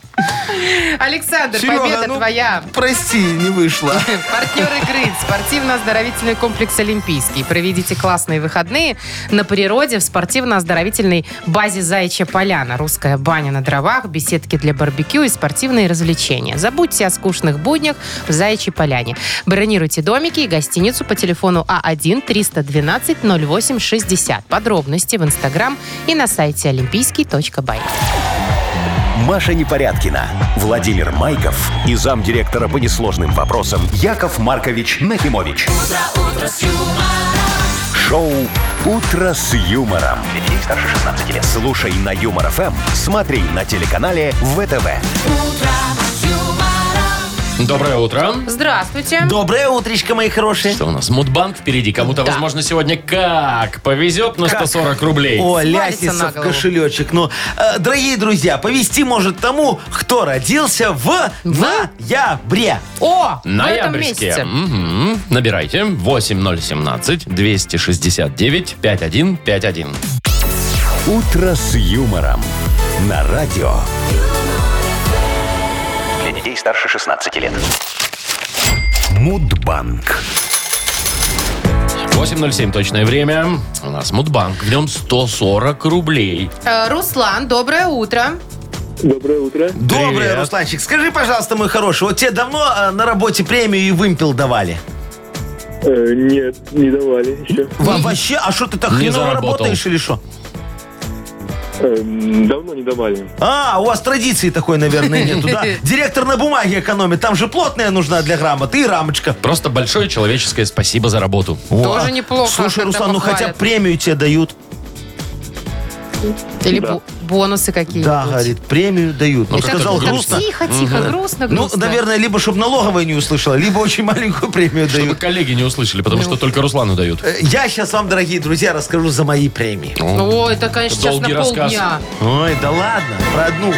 [SPEAKER 3] Александр,
[SPEAKER 4] Серега,
[SPEAKER 3] победа
[SPEAKER 4] ну,
[SPEAKER 3] твоя.
[SPEAKER 4] Прости, не
[SPEAKER 3] *laughs*
[SPEAKER 4] вышло.
[SPEAKER 3] Партнер игры – спортивно-оздоровительный комплекс «Олимпийский». Проведите классные выходные на природе в спортивно-оздоровительной базе «Заячья поляна». Русская баня на дровах, беседки для барбекю и спортивные развлечения. Забудьте о скучных буднях в «Заячьей поляне». Бронируйте домики и гостиницу по телефону А А1-312-08-60. Подробности в Инстаграм и на сайте олимпийский.бай.
[SPEAKER 1] Маша Непорядкина, Владимир Майков и замдиректора по несложным вопросам Яков Маркович Нахимович. Шоу Утро с юмором.
[SPEAKER 7] Для детей старше 16 лет.
[SPEAKER 1] Слушай на Юмор ФМ, смотри на телеканале ВТВ.
[SPEAKER 2] Доброе утро.
[SPEAKER 3] Здравствуйте.
[SPEAKER 4] Доброе утречко, мои хорошие.
[SPEAKER 2] Что у нас? Мудбанк впереди. Кому-то,
[SPEAKER 3] Да.
[SPEAKER 2] возможно, сегодня как повезет на 140 рублей.
[SPEAKER 4] О,
[SPEAKER 3] Свалится на
[SPEAKER 4] лясница в
[SPEAKER 3] голову.
[SPEAKER 4] кошелечек. Но, э, дорогие друзья, повести может тому, кто родился в
[SPEAKER 3] В?
[SPEAKER 4] ноябре.
[SPEAKER 3] О, в этом
[SPEAKER 2] Ноябрьске.
[SPEAKER 3] месяце.
[SPEAKER 2] Мгм. Набирайте 8017 269 5151.
[SPEAKER 1] Утро с юмором. На радио.
[SPEAKER 7] Для детей старше 16 лет.
[SPEAKER 1] Мудбанк.
[SPEAKER 2] 8.07 точное время. У нас Мудбанк. В нем 140 рублей.
[SPEAKER 3] Э, Руслан, доброе утро.
[SPEAKER 6] Доброе утро.
[SPEAKER 4] Доброе,
[SPEAKER 2] Привет.
[SPEAKER 4] Русланчик. Скажи, пожалуйста, мой хороший, вот тебе давно э, на работе премию и вымпел давали?
[SPEAKER 6] Э, нет, не давали еще.
[SPEAKER 4] Во- Вообще? А что ты так
[SPEAKER 2] Не
[SPEAKER 4] хреново
[SPEAKER 2] заработал.
[SPEAKER 4] работаешь или что?
[SPEAKER 6] Эм, давно не давали.
[SPEAKER 4] А, у вас традиции такой, наверное, нету,
[SPEAKER 3] *laughs*
[SPEAKER 4] да? Директор на бумаге экономит. Там же плотная нужна для грамоты и рамочка.
[SPEAKER 2] Просто большое человеческое спасибо за работу.
[SPEAKER 3] Тоже неплохо,
[SPEAKER 4] Слушай,
[SPEAKER 3] когда
[SPEAKER 4] Руслан, ну
[SPEAKER 3] похвалят.
[SPEAKER 4] хотя бы премию тебе дают.
[SPEAKER 3] Или
[SPEAKER 6] Да.
[SPEAKER 3] бо- бонусы какие-то.
[SPEAKER 4] Да, говорит, премию дают. Ну,
[SPEAKER 2] как
[SPEAKER 4] сказал
[SPEAKER 2] это
[SPEAKER 4] грустно.
[SPEAKER 3] Тихо, тихо, грустно,
[SPEAKER 4] Ну,
[SPEAKER 3] грустно.
[SPEAKER 4] наверное, либо чтобы налоговая не услышала, либо очень маленькую премию
[SPEAKER 2] Чтобы
[SPEAKER 4] дают.
[SPEAKER 2] коллеги не услышали,
[SPEAKER 3] Ну.
[SPEAKER 2] потому что только Руслану дают.
[SPEAKER 4] Э, Я сейчас вам, дорогие друзья, расскажу за мои премии.
[SPEAKER 3] О, это, конечно, сейчас на
[SPEAKER 2] Долгий рассказ.
[SPEAKER 3] полдня.
[SPEAKER 4] Ой, да ладно, про одну.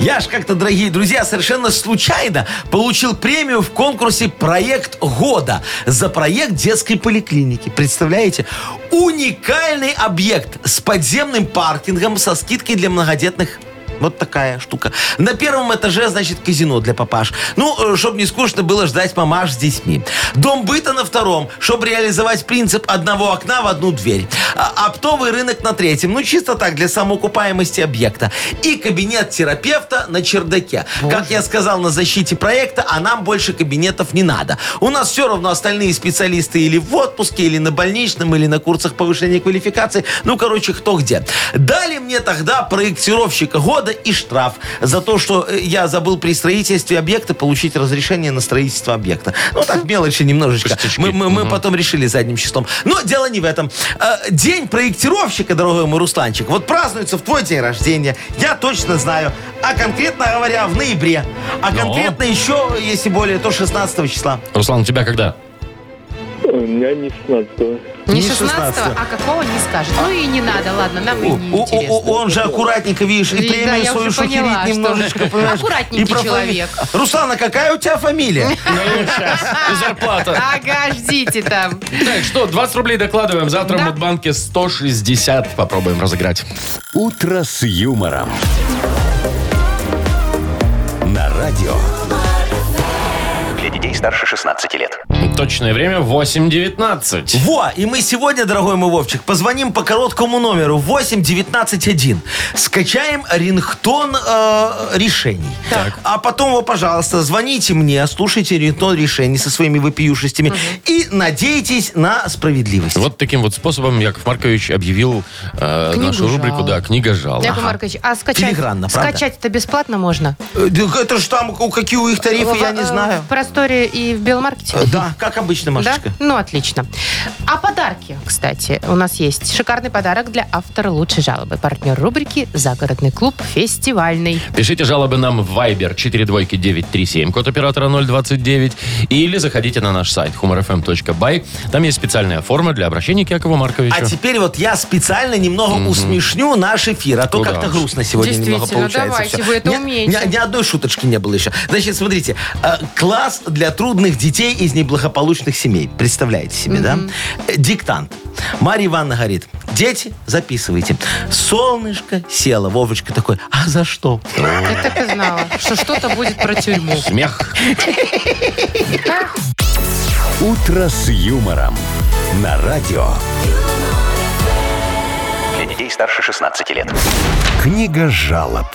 [SPEAKER 4] Я ж как-то, дорогие друзья, совершенно случайно получил премию в конкурсе «Проект года» за проект детской поликлиники. Представляете? Уникальный объект с подземным паркингом со скидкой для многодетных вот такая штука. На первом этаже, значит, казино для папаш. Ну, чтобы не скучно было ждать мамаш с детьми. Дом быта на втором, чтобы реализовать принцип одного окна в одну дверь. А- оптовый рынок на третьем, ну, чисто так, для самоокупаемости объекта. И кабинет терапевта на чердаке. Как я сказал, на защите проекта, а нам больше кабинетов не надо. У нас все равно остальные специалисты или в отпуске, или на больничном, или на курсах повышения квалификации. Ну, короче, кто где. Дали мне тогда проектировщика года и штраф за то, что э, я забыл при строительстве объекта получить разрешение на строительство объекта. Ну, так мелочи немножечко.
[SPEAKER 2] Пустячки.
[SPEAKER 4] Мы, мы- мы потом решили задним числом. Но дело не в этом. Э, День проектировщика, дорогой мой Русланчик, вот празднуется в твой день рождения. Я точно знаю. А конкретно говоря, в ноябре. А
[SPEAKER 2] Но.
[SPEAKER 4] конкретно еще, если более, то 16 числа.
[SPEAKER 2] Руслан, у тебя
[SPEAKER 3] *laughs*
[SPEAKER 2] когда?
[SPEAKER 6] Э, У меня не 16
[SPEAKER 3] Не
[SPEAKER 4] Не
[SPEAKER 3] 16 а какого не скажет. Ну и не надо, ладно, нам и
[SPEAKER 4] О,
[SPEAKER 3] не
[SPEAKER 4] о, о,
[SPEAKER 3] интересно.
[SPEAKER 4] он же аккуратненько, видишь, и
[SPEAKER 3] Да,
[SPEAKER 4] премию
[SPEAKER 3] я
[SPEAKER 4] свою
[SPEAKER 3] уже поняла,
[SPEAKER 4] шухерит
[SPEAKER 3] что
[SPEAKER 4] немножечко.
[SPEAKER 3] он
[SPEAKER 4] понимаешь?
[SPEAKER 3] аккуратненький
[SPEAKER 4] И про фами-
[SPEAKER 3] человек.
[SPEAKER 4] Руслана, какая у
[SPEAKER 3] *laughs*
[SPEAKER 4] тебя фамилия?
[SPEAKER 2] И зарплата.
[SPEAKER 3] Ага, ждите там.
[SPEAKER 2] Так, что, 20 рублей докладываем. Завтра в
[SPEAKER 3] Да.
[SPEAKER 2] Мудбанке 160 попробуем разыграть.
[SPEAKER 1] Утро с юмором. На радио.
[SPEAKER 7] Для детей старше 16 лет.
[SPEAKER 2] Точное время 8.19.
[SPEAKER 4] Во, и мы сегодня, дорогой мой Вовчик, позвоним по короткому номеру 8191. Скачаем рингтон э, решений. А потом вы, пожалуйста, звоните мне, слушайте рингтон решений со своими вопиюшестями и надейтесь на справедливость.
[SPEAKER 2] Вот таким вот способом Яков Маркович объявил э,
[SPEAKER 3] Книгу
[SPEAKER 2] нашу рубрику,
[SPEAKER 3] жалоб.
[SPEAKER 2] да, книга жалоб.
[SPEAKER 3] Яков Маркович, а скачать,
[SPEAKER 4] Филигранно, правда?
[SPEAKER 3] скачать это бесплатно можно?
[SPEAKER 4] Э, да Это же там, у- какие у их тарифы, я не
[SPEAKER 3] В- э,
[SPEAKER 4] знаю. Э,
[SPEAKER 3] В просторе и в Белмаркете?
[SPEAKER 4] Да, как обычно, Машечка.
[SPEAKER 3] Да? Ну, отлично. А подарки, кстати, у нас есть. Шикарный подарок для автора лучшей жалобы. Партнер рубрики «Загородный клуб фестивальный».
[SPEAKER 2] Пишите жалобы нам в Viber 42937, код оператора 029, или заходите на наш сайт humorfm.by. Там есть специальная форма для обращения к Якову Марковичу.
[SPEAKER 4] А теперь вот я специально немного усмешню наш эфир, а то
[SPEAKER 2] Ну да
[SPEAKER 4] как-то
[SPEAKER 2] уж.
[SPEAKER 4] грустно сегодня немного
[SPEAKER 3] Действительно,
[SPEAKER 4] получается.
[SPEAKER 3] давайте,
[SPEAKER 4] всё.
[SPEAKER 3] вы это
[SPEAKER 4] ни,
[SPEAKER 3] умеете.
[SPEAKER 4] Ни, ни одной шуточки не было еще. Значит, смотрите, э, класс для трудных детей из неблагополучных семей. Представляете себе, да? Э, Диктант. Марья Ивановна говорит, дети, записывайте. Солнышко село. Вовочка такой, а за что?
[SPEAKER 3] Я так и знала, что что-то будет про тюрьму.
[SPEAKER 2] Смех.
[SPEAKER 1] «Утро с юмором» на радио.
[SPEAKER 7] Для детей старше 16 лет.
[SPEAKER 1] Книга жалоб.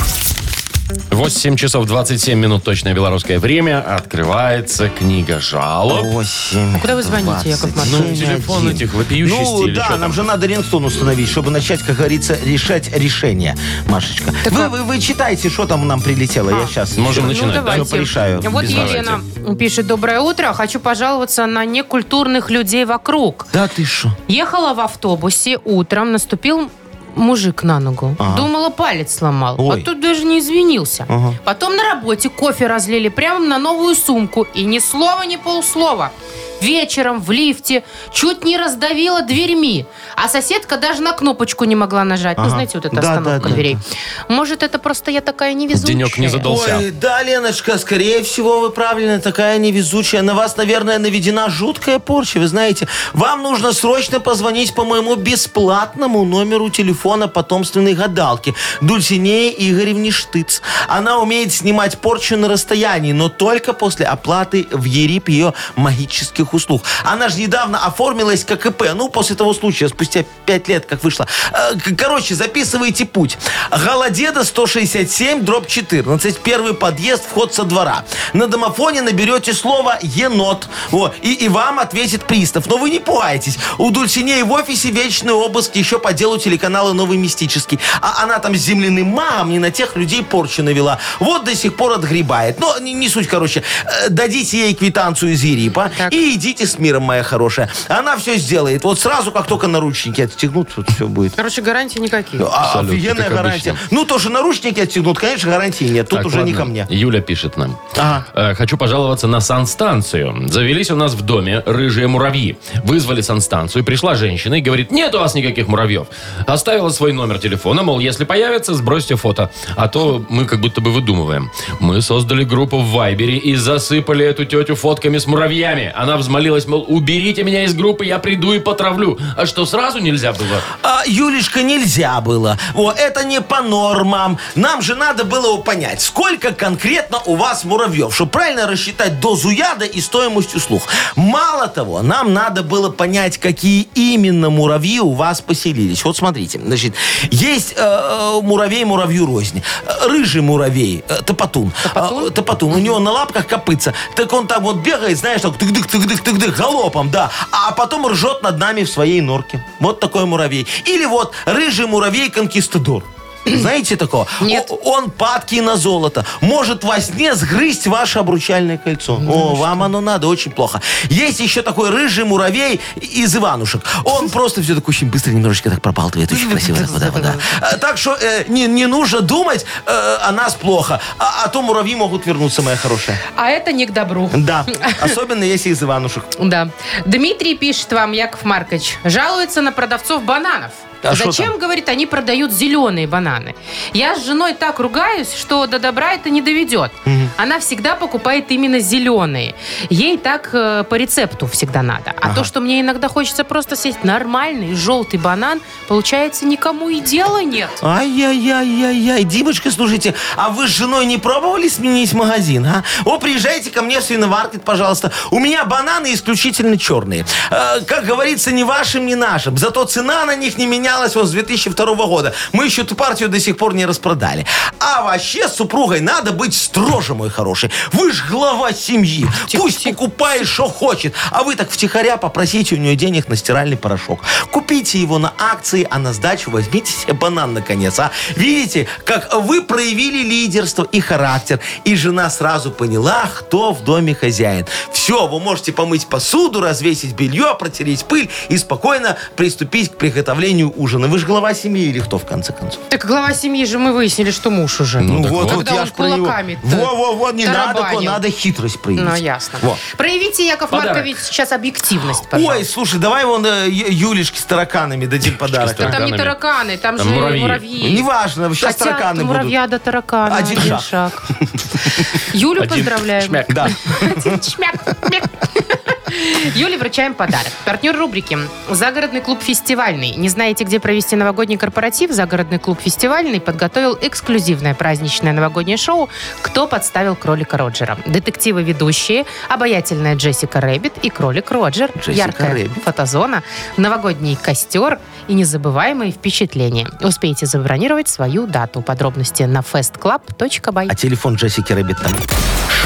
[SPEAKER 2] 8 часов 27 минут точное белорусское время. Открывается книга жалоб.
[SPEAKER 4] Восемь.
[SPEAKER 3] Куда вы звоните, Яков
[SPEAKER 2] Ну,
[SPEAKER 3] Маркович?
[SPEAKER 2] телефон
[SPEAKER 4] один.
[SPEAKER 2] этих вопиющий
[SPEAKER 4] Ну
[SPEAKER 2] стиль,
[SPEAKER 4] да,
[SPEAKER 2] чё
[SPEAKER 4] нам
[SPEAKER 2] там?
[SPEAKER 4] же надо рингтон установить, чтобы начать, как говорится, решать решение, Машечка. Вы, вы, вы читайте, что там нам прилетело. Я сейчас
[SPEAKER 2] Можем начинать, да?
[SPEAKER 3] Ну, давайте.
[SPEAKER 4] Всё порешаю.
[SPEAKER 3] Вот
[SPEAKER 2] Без
[SPEAKER 3] Елена пишет, доброе утро, хочу пожаловаться на некультурных людей вокруг.
[SPEAKER 4] Да ты что?
[SPEAKER 3] Ехала в автобусе утром, наступил мужик на ногу. Думала, палец сломал.
[SPEAKER 4] Ой.
[SPEAKER 3] А тут даже не извинился. Потом на работе кофе разлили прямо на новую сумку. И ни слова, ни полслова. Вечером в лифте чуть не раздавила дверьми. А соседка даже на кнопочку не могла нажать. Ну,
[SPEAKER 4] Ага.
[SPEAKER 3] знаете, вот эта
[SPEAKER 4] Да, да,
[SPEAKER 3] остановка
[SPEAKER 4] да,
[SPEAKER 3] дверей. Может, это просто я такая невезучая?
[SPEAKER 2] Денек не задался.
[SPEAKER 4] Ой, да, Леночка, скорее всего, вы правильно такая невезучая. На вас, наверное, наведена жуткая порча, вы знаете. Вам нужно срочно позвонить по моему бесплатному номеру телефона потомственной гадалки Дульсинеи Игоревне Штыц. Она умеет снимать порчу на расстоянии, но только после оплаты в ЕРИП ее магических услуг. Она же недавно оформилась как ИП, ну, после того случая, спустя 5 лет, как вышла. Э, к- Короче, записывайте путь. Голодеда 167, дробь 14. Первый подъезд, вход со двора. На домофоне наберете слово «енот». Во, и, и вам ответит пристав. Но вы не пугайтесь. У Дульсинеи в офисе вечный обыск еще по делу телеканала «Новый мистический». А она там с земляным магом не на тех людей порчу навела. Вот до сих пор отгребает. Но не, не суть, короче. Э, Дадите ей квитанцию из Ерипа
[SPEAKER 3] Так.
[SPEAKER 4] и идите с миром, моя хорошая. Она все сделает. Вот сразу, как только наручники отстегнут, вот все будет.
[SPEAKER 3] Короче, гарантий никаких.
[SPEAKER 4] А,
[SPEAKER 2] Абсолютно,
[SPEAKER 4] офигенная
[SPEAKER 2] как
[SPEAKER 4] гарантия.
[SPEAKER 2] обычно.
[SPEAKER 4] Ну, тоже наручники отстегнут, конечно, гарантии нет. Тут
[SPEAKER 2] Так,
[SPEAKER 4] уже не
[SPEAKER 2] ладно.
[SPEAKER 4] ко мне. А,
[SPEAKER 2] Юля пишет нам.
[SPEAKER 4] Ага.
[SPEAKER 2] Э, Хочу пожаловаться на санстанцию. Завелись у нас в доме рыжие муравьи. Вызвали санстанцию, пришла женщина и говорит, нет у вас никаких муравьев. Оставила свой номер телефона, мол, если появится, сбросьте фото. А то мы как будто бы выдумываем. Мы создали группу в Вайбере и засыпали эту тетю фотками с муравьями. Она взмолилась, мол, уберите меня из группы, я приду и потравлю. А что, сразу нельзя было?
[SPEAKER 4] А, Юлечка, нельзя было. О, это не по нормам. Нам же надо было понять, сколько конкретно у вас муравьев, чтобы правильно рассчитать дозу яда и стоимость услуг. Мало того, нам надо было понять, какие именно муравьи у вас поселились. Вот смотрите, значит, есть э, э, муравей муравью рознь. Э, Рыжий муравей, э, топотун. Топотун? топотун. У него на лапках копытца. Так он там вот бегает, знаешь, так тык-дык-тык-дык-тык-дык, галопом, да. А потом ржет над нами в своей норке. Вот такой муравей. Или вот рыжий муравей-конкистадор. Знаете такого?
[SPEAKER 3] Нет.
[SPEAKER 4] О- Он падкий на золото. Может во сне сгрызть ваше обручальное кольцо. О, вам оно надо, очень плохо. Есть еще такой рыжий муравей из Иванушек. Он просто все так очень быстро немножечко так пробалтывает. Очень красиво. так, да, да, да. Э, Так что э, не, не нужно думать э, о нас плохо. А, а то муравьи могут вернуться, моя хорошая.
[SPEAKER 3] А это не к добру.
[SPEAKER 4] Да. Особенно если из Иванушек.
[SPEAKER 3] Да. Дмитрий пишет вам, Яков Маркович, жалуется на продавцов бананов.
[SPEAKER 4] А шо
[SPEAKER 3] Зачем,
[SPEAKER 4] там?
[SPEAKER 3] говорит, они продают зеленые бананы? Я с женой так ругаюсь, что до добра это не доведет. Она всегда покупает именно зеленые. Ей так э, по рецепту всегда надо. А то, что мне иногда хочется просто съесть нормальный желтый банан, получается, никому и дела нет.
[SPEAKER 4] Ай-яй-яй-яй-яй. Димочка, слушайте, а вы с женой не пробовали сменить магазин, а? О, приезжайте ко мне в свиномаркет, пожалуйста. У меня бананы исключительно черные. Э, как говорится, ни вашим, ни нашим. Зато цена на них не менялась сохранялась вот с 2002 года. Мы еще эту партию до сих пор не распродали. А вообще с супругой надо быть строже, мой хороший. Вы ж глава семьи. Пусть покупает, что хочет. А вы так втихаря попросите у нее денег на стиральный порошок. Купите его на акции, а на сдачу возьмите себе банан наконец. А видите, как вы проявили лидерство и характер. И жена сразу поняла, кто в доме хозяин. Все, вы можете помыть посуду, развесить белье, протереть пыль и спокойно приступить к приготовлению ужина. Вы же глава семьи или кто, в конце концов?
[SPEAKER 3] Так глава семьи же мы выяснили, что муж уже.
[SPEAKER 2] Ну, так вот.
[SPEAKER 3] Когда он
[SPEAKER 4] ж про него.
[SPEAKER 3] кулаками-то
[SPEAKER 4] Во, во, во, не надо,
[SPEAKER 3] тарабанил.
[SPEAKER 4] надо хитрость проявить.
[SPEAKER 3] Ну, ясно.
[SPEAKER 4] Во.
[SPEAKER 3] Проявите, Яков
[SPEAKER 2] Подарок.
[SPEAKER 3] Маркович, сейчас объективность,
[SPEAKER 4] Ой,
[SPEAKER 3] пожалуйста.
[SPEAKER 4] слушай, давай вон э, Ю- Юлечке с тараканами дадим подарок.
[SPEAKER 2] с
[SPEAKER 4] а?
[SPEAKER 3] там
[SPEAKER 2] тараканами.
[SPEAKER 3] не тараканы, там,
[SPEAKER 2] Там
[SPEAKER 3] же
[SPEAKER 2] муравьи.
[SPEAKER 3] муравьи.
[SPEAKER 4] Неважно, Ну, сейчас
[SPEAKER 3] Хотя
[SPEAKER 4] тараканы
[SPEAKER 3] от
[SPEAKER 4] будут.
[SPEAKER 3] муравья до таракана
[SPEAKER 4] Один
[SPEAKER 3] один,
[SPEAKER 4] шаг.
[SPEAKER 3] шаг.
[SPEAKER 4] *laughs*
[SPEAKER 3] Юлю
[SPEAKER 2] Один
[SPEAKER 3] Ну, поздравляем.
[SPEAKER 2] шмяк.
[SPEAKER 4] Да.
[SPEAKER 3] Один шмяк, мяк. Юле вручаем подарок. Партнер рубрики «Загородный клуб фестивальный». Не знаете, где провести новогодний корпоратив? Загородный клуб фестивальный подготовил эксклюзивное праздничное новогоднее шоу «Кто подставил кролика Роджера?». Детективы-ведущие, обаятельная Джессика Рэббит и кролик Роджер.
[SPEAKER 4] Джессика
[SPEAKER 3] Яркая
[SPEAKER 4] Рэббит.
[SPEAKER 3] фотозона, новогодний костер и незабываемые впечатления. Успейте забронировать свою дату. Подробности на festclub.by.
[SPEAKER 4] А телефон Джессики Рэббит там.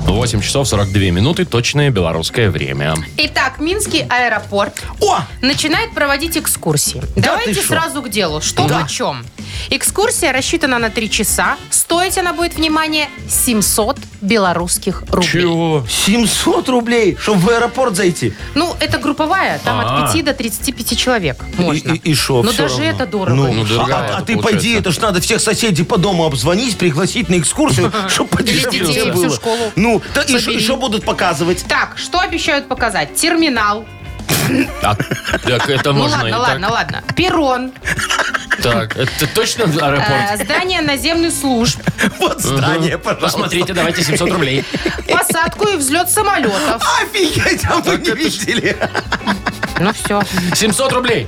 [SPEAKER 2] 8 часов 42 минуты, точное белорусское время.
[SPEAKER 3] Итак, Минский аэропорт
[SPEAKER 4] О!
[SPEAKER 3] начинает проводить экскурсии.
[SPEAKER 4] ты
[SPEAKER 3] Давайте
[SPEAKER 4] шо?
[SPEAKER 3] сразу к делу. Что
[SPEAKER 4] Да.
[SPEAKER 3] почем? Экскурсия рассчитана на 3 часа. Стоить она будет, внимание, 700 белорусских рублей.
[SPEAKER 2] Чего?
[SPEAKER 4] 700 рублей, чтобы в аэропорт зайти.
[SPEAKER 3] Ну, это групповая, там
[SPEAKER 2] А.
[SPEAKER 3] от 5 до 35 человек можно.
[SPEAKER 4] И- И и шо,
[SPEAKER 3] Но
[SPEAKER 4] всё
[SPEAKER 3] даже
[SPEAKER 4] равно.
[SPEAKER 3] это дорого.
[SPEAKER 4] Ну,
[SPEAKER 2] Ну,
[SPEAKER 4] а-
[SPEAKER 2] дорого
[SPEAKER 4] а,
[SPEAKER 2] это
[SPEAKER 4] ты
[SPEAKER 2] получается.
[SPEAKER 4] пойди, это ж надо всех соседей по дому обзвонить, пригласить на
[SPEAKER 3] *laughs*
[SPEAKER 4] экскурсию, чтобы подешевле
[SPEAKER 3] детей, всю
[SPEAKER 4] всё было.
[SPEAKER 3] школу
[SPEAKER 4] Ну, та- и
[SPEAKER 3] собери.
[SPEAKER 4] что будут показывать? *laughs*
[SPEAKER 3] Так, что обещают показать? Терминал.
[SPEAKER 2] А, так это
[SPEAKER 3] Ну
[SPEAKER 2] можно и
[SPEAKER 3] ладно,
[SPEAKER 2] так.
[SPEAKER 3] ладно, ладно. Перрон.
[SPEAKER 2] Так, это точно
[SPEAKER 3] э,
[SPEAKER 2] аэропорт?
[SPEAKER 3] здание наземных служб.
[SPEAKER 4] Вот здание,
[SPEAKER 2] Ну,
[SPEAKER 3] А,
[SPEAKER 4] пожалуйста.
[SPEAKER 2] Посмотрите, давайте 700 рублей.
[SPEAKER 3] Посадку и взлет самолетов.
[SPEAKER 4] Офигеть, а вы
[SPEAKER 2] Так
[SPEAKER 4] не
[SPEAKER 2] это ж-
[SPEAKER 4] видели?
[SPEAKER 3] Ну все.
[SPEAKER 2] 700 рублей.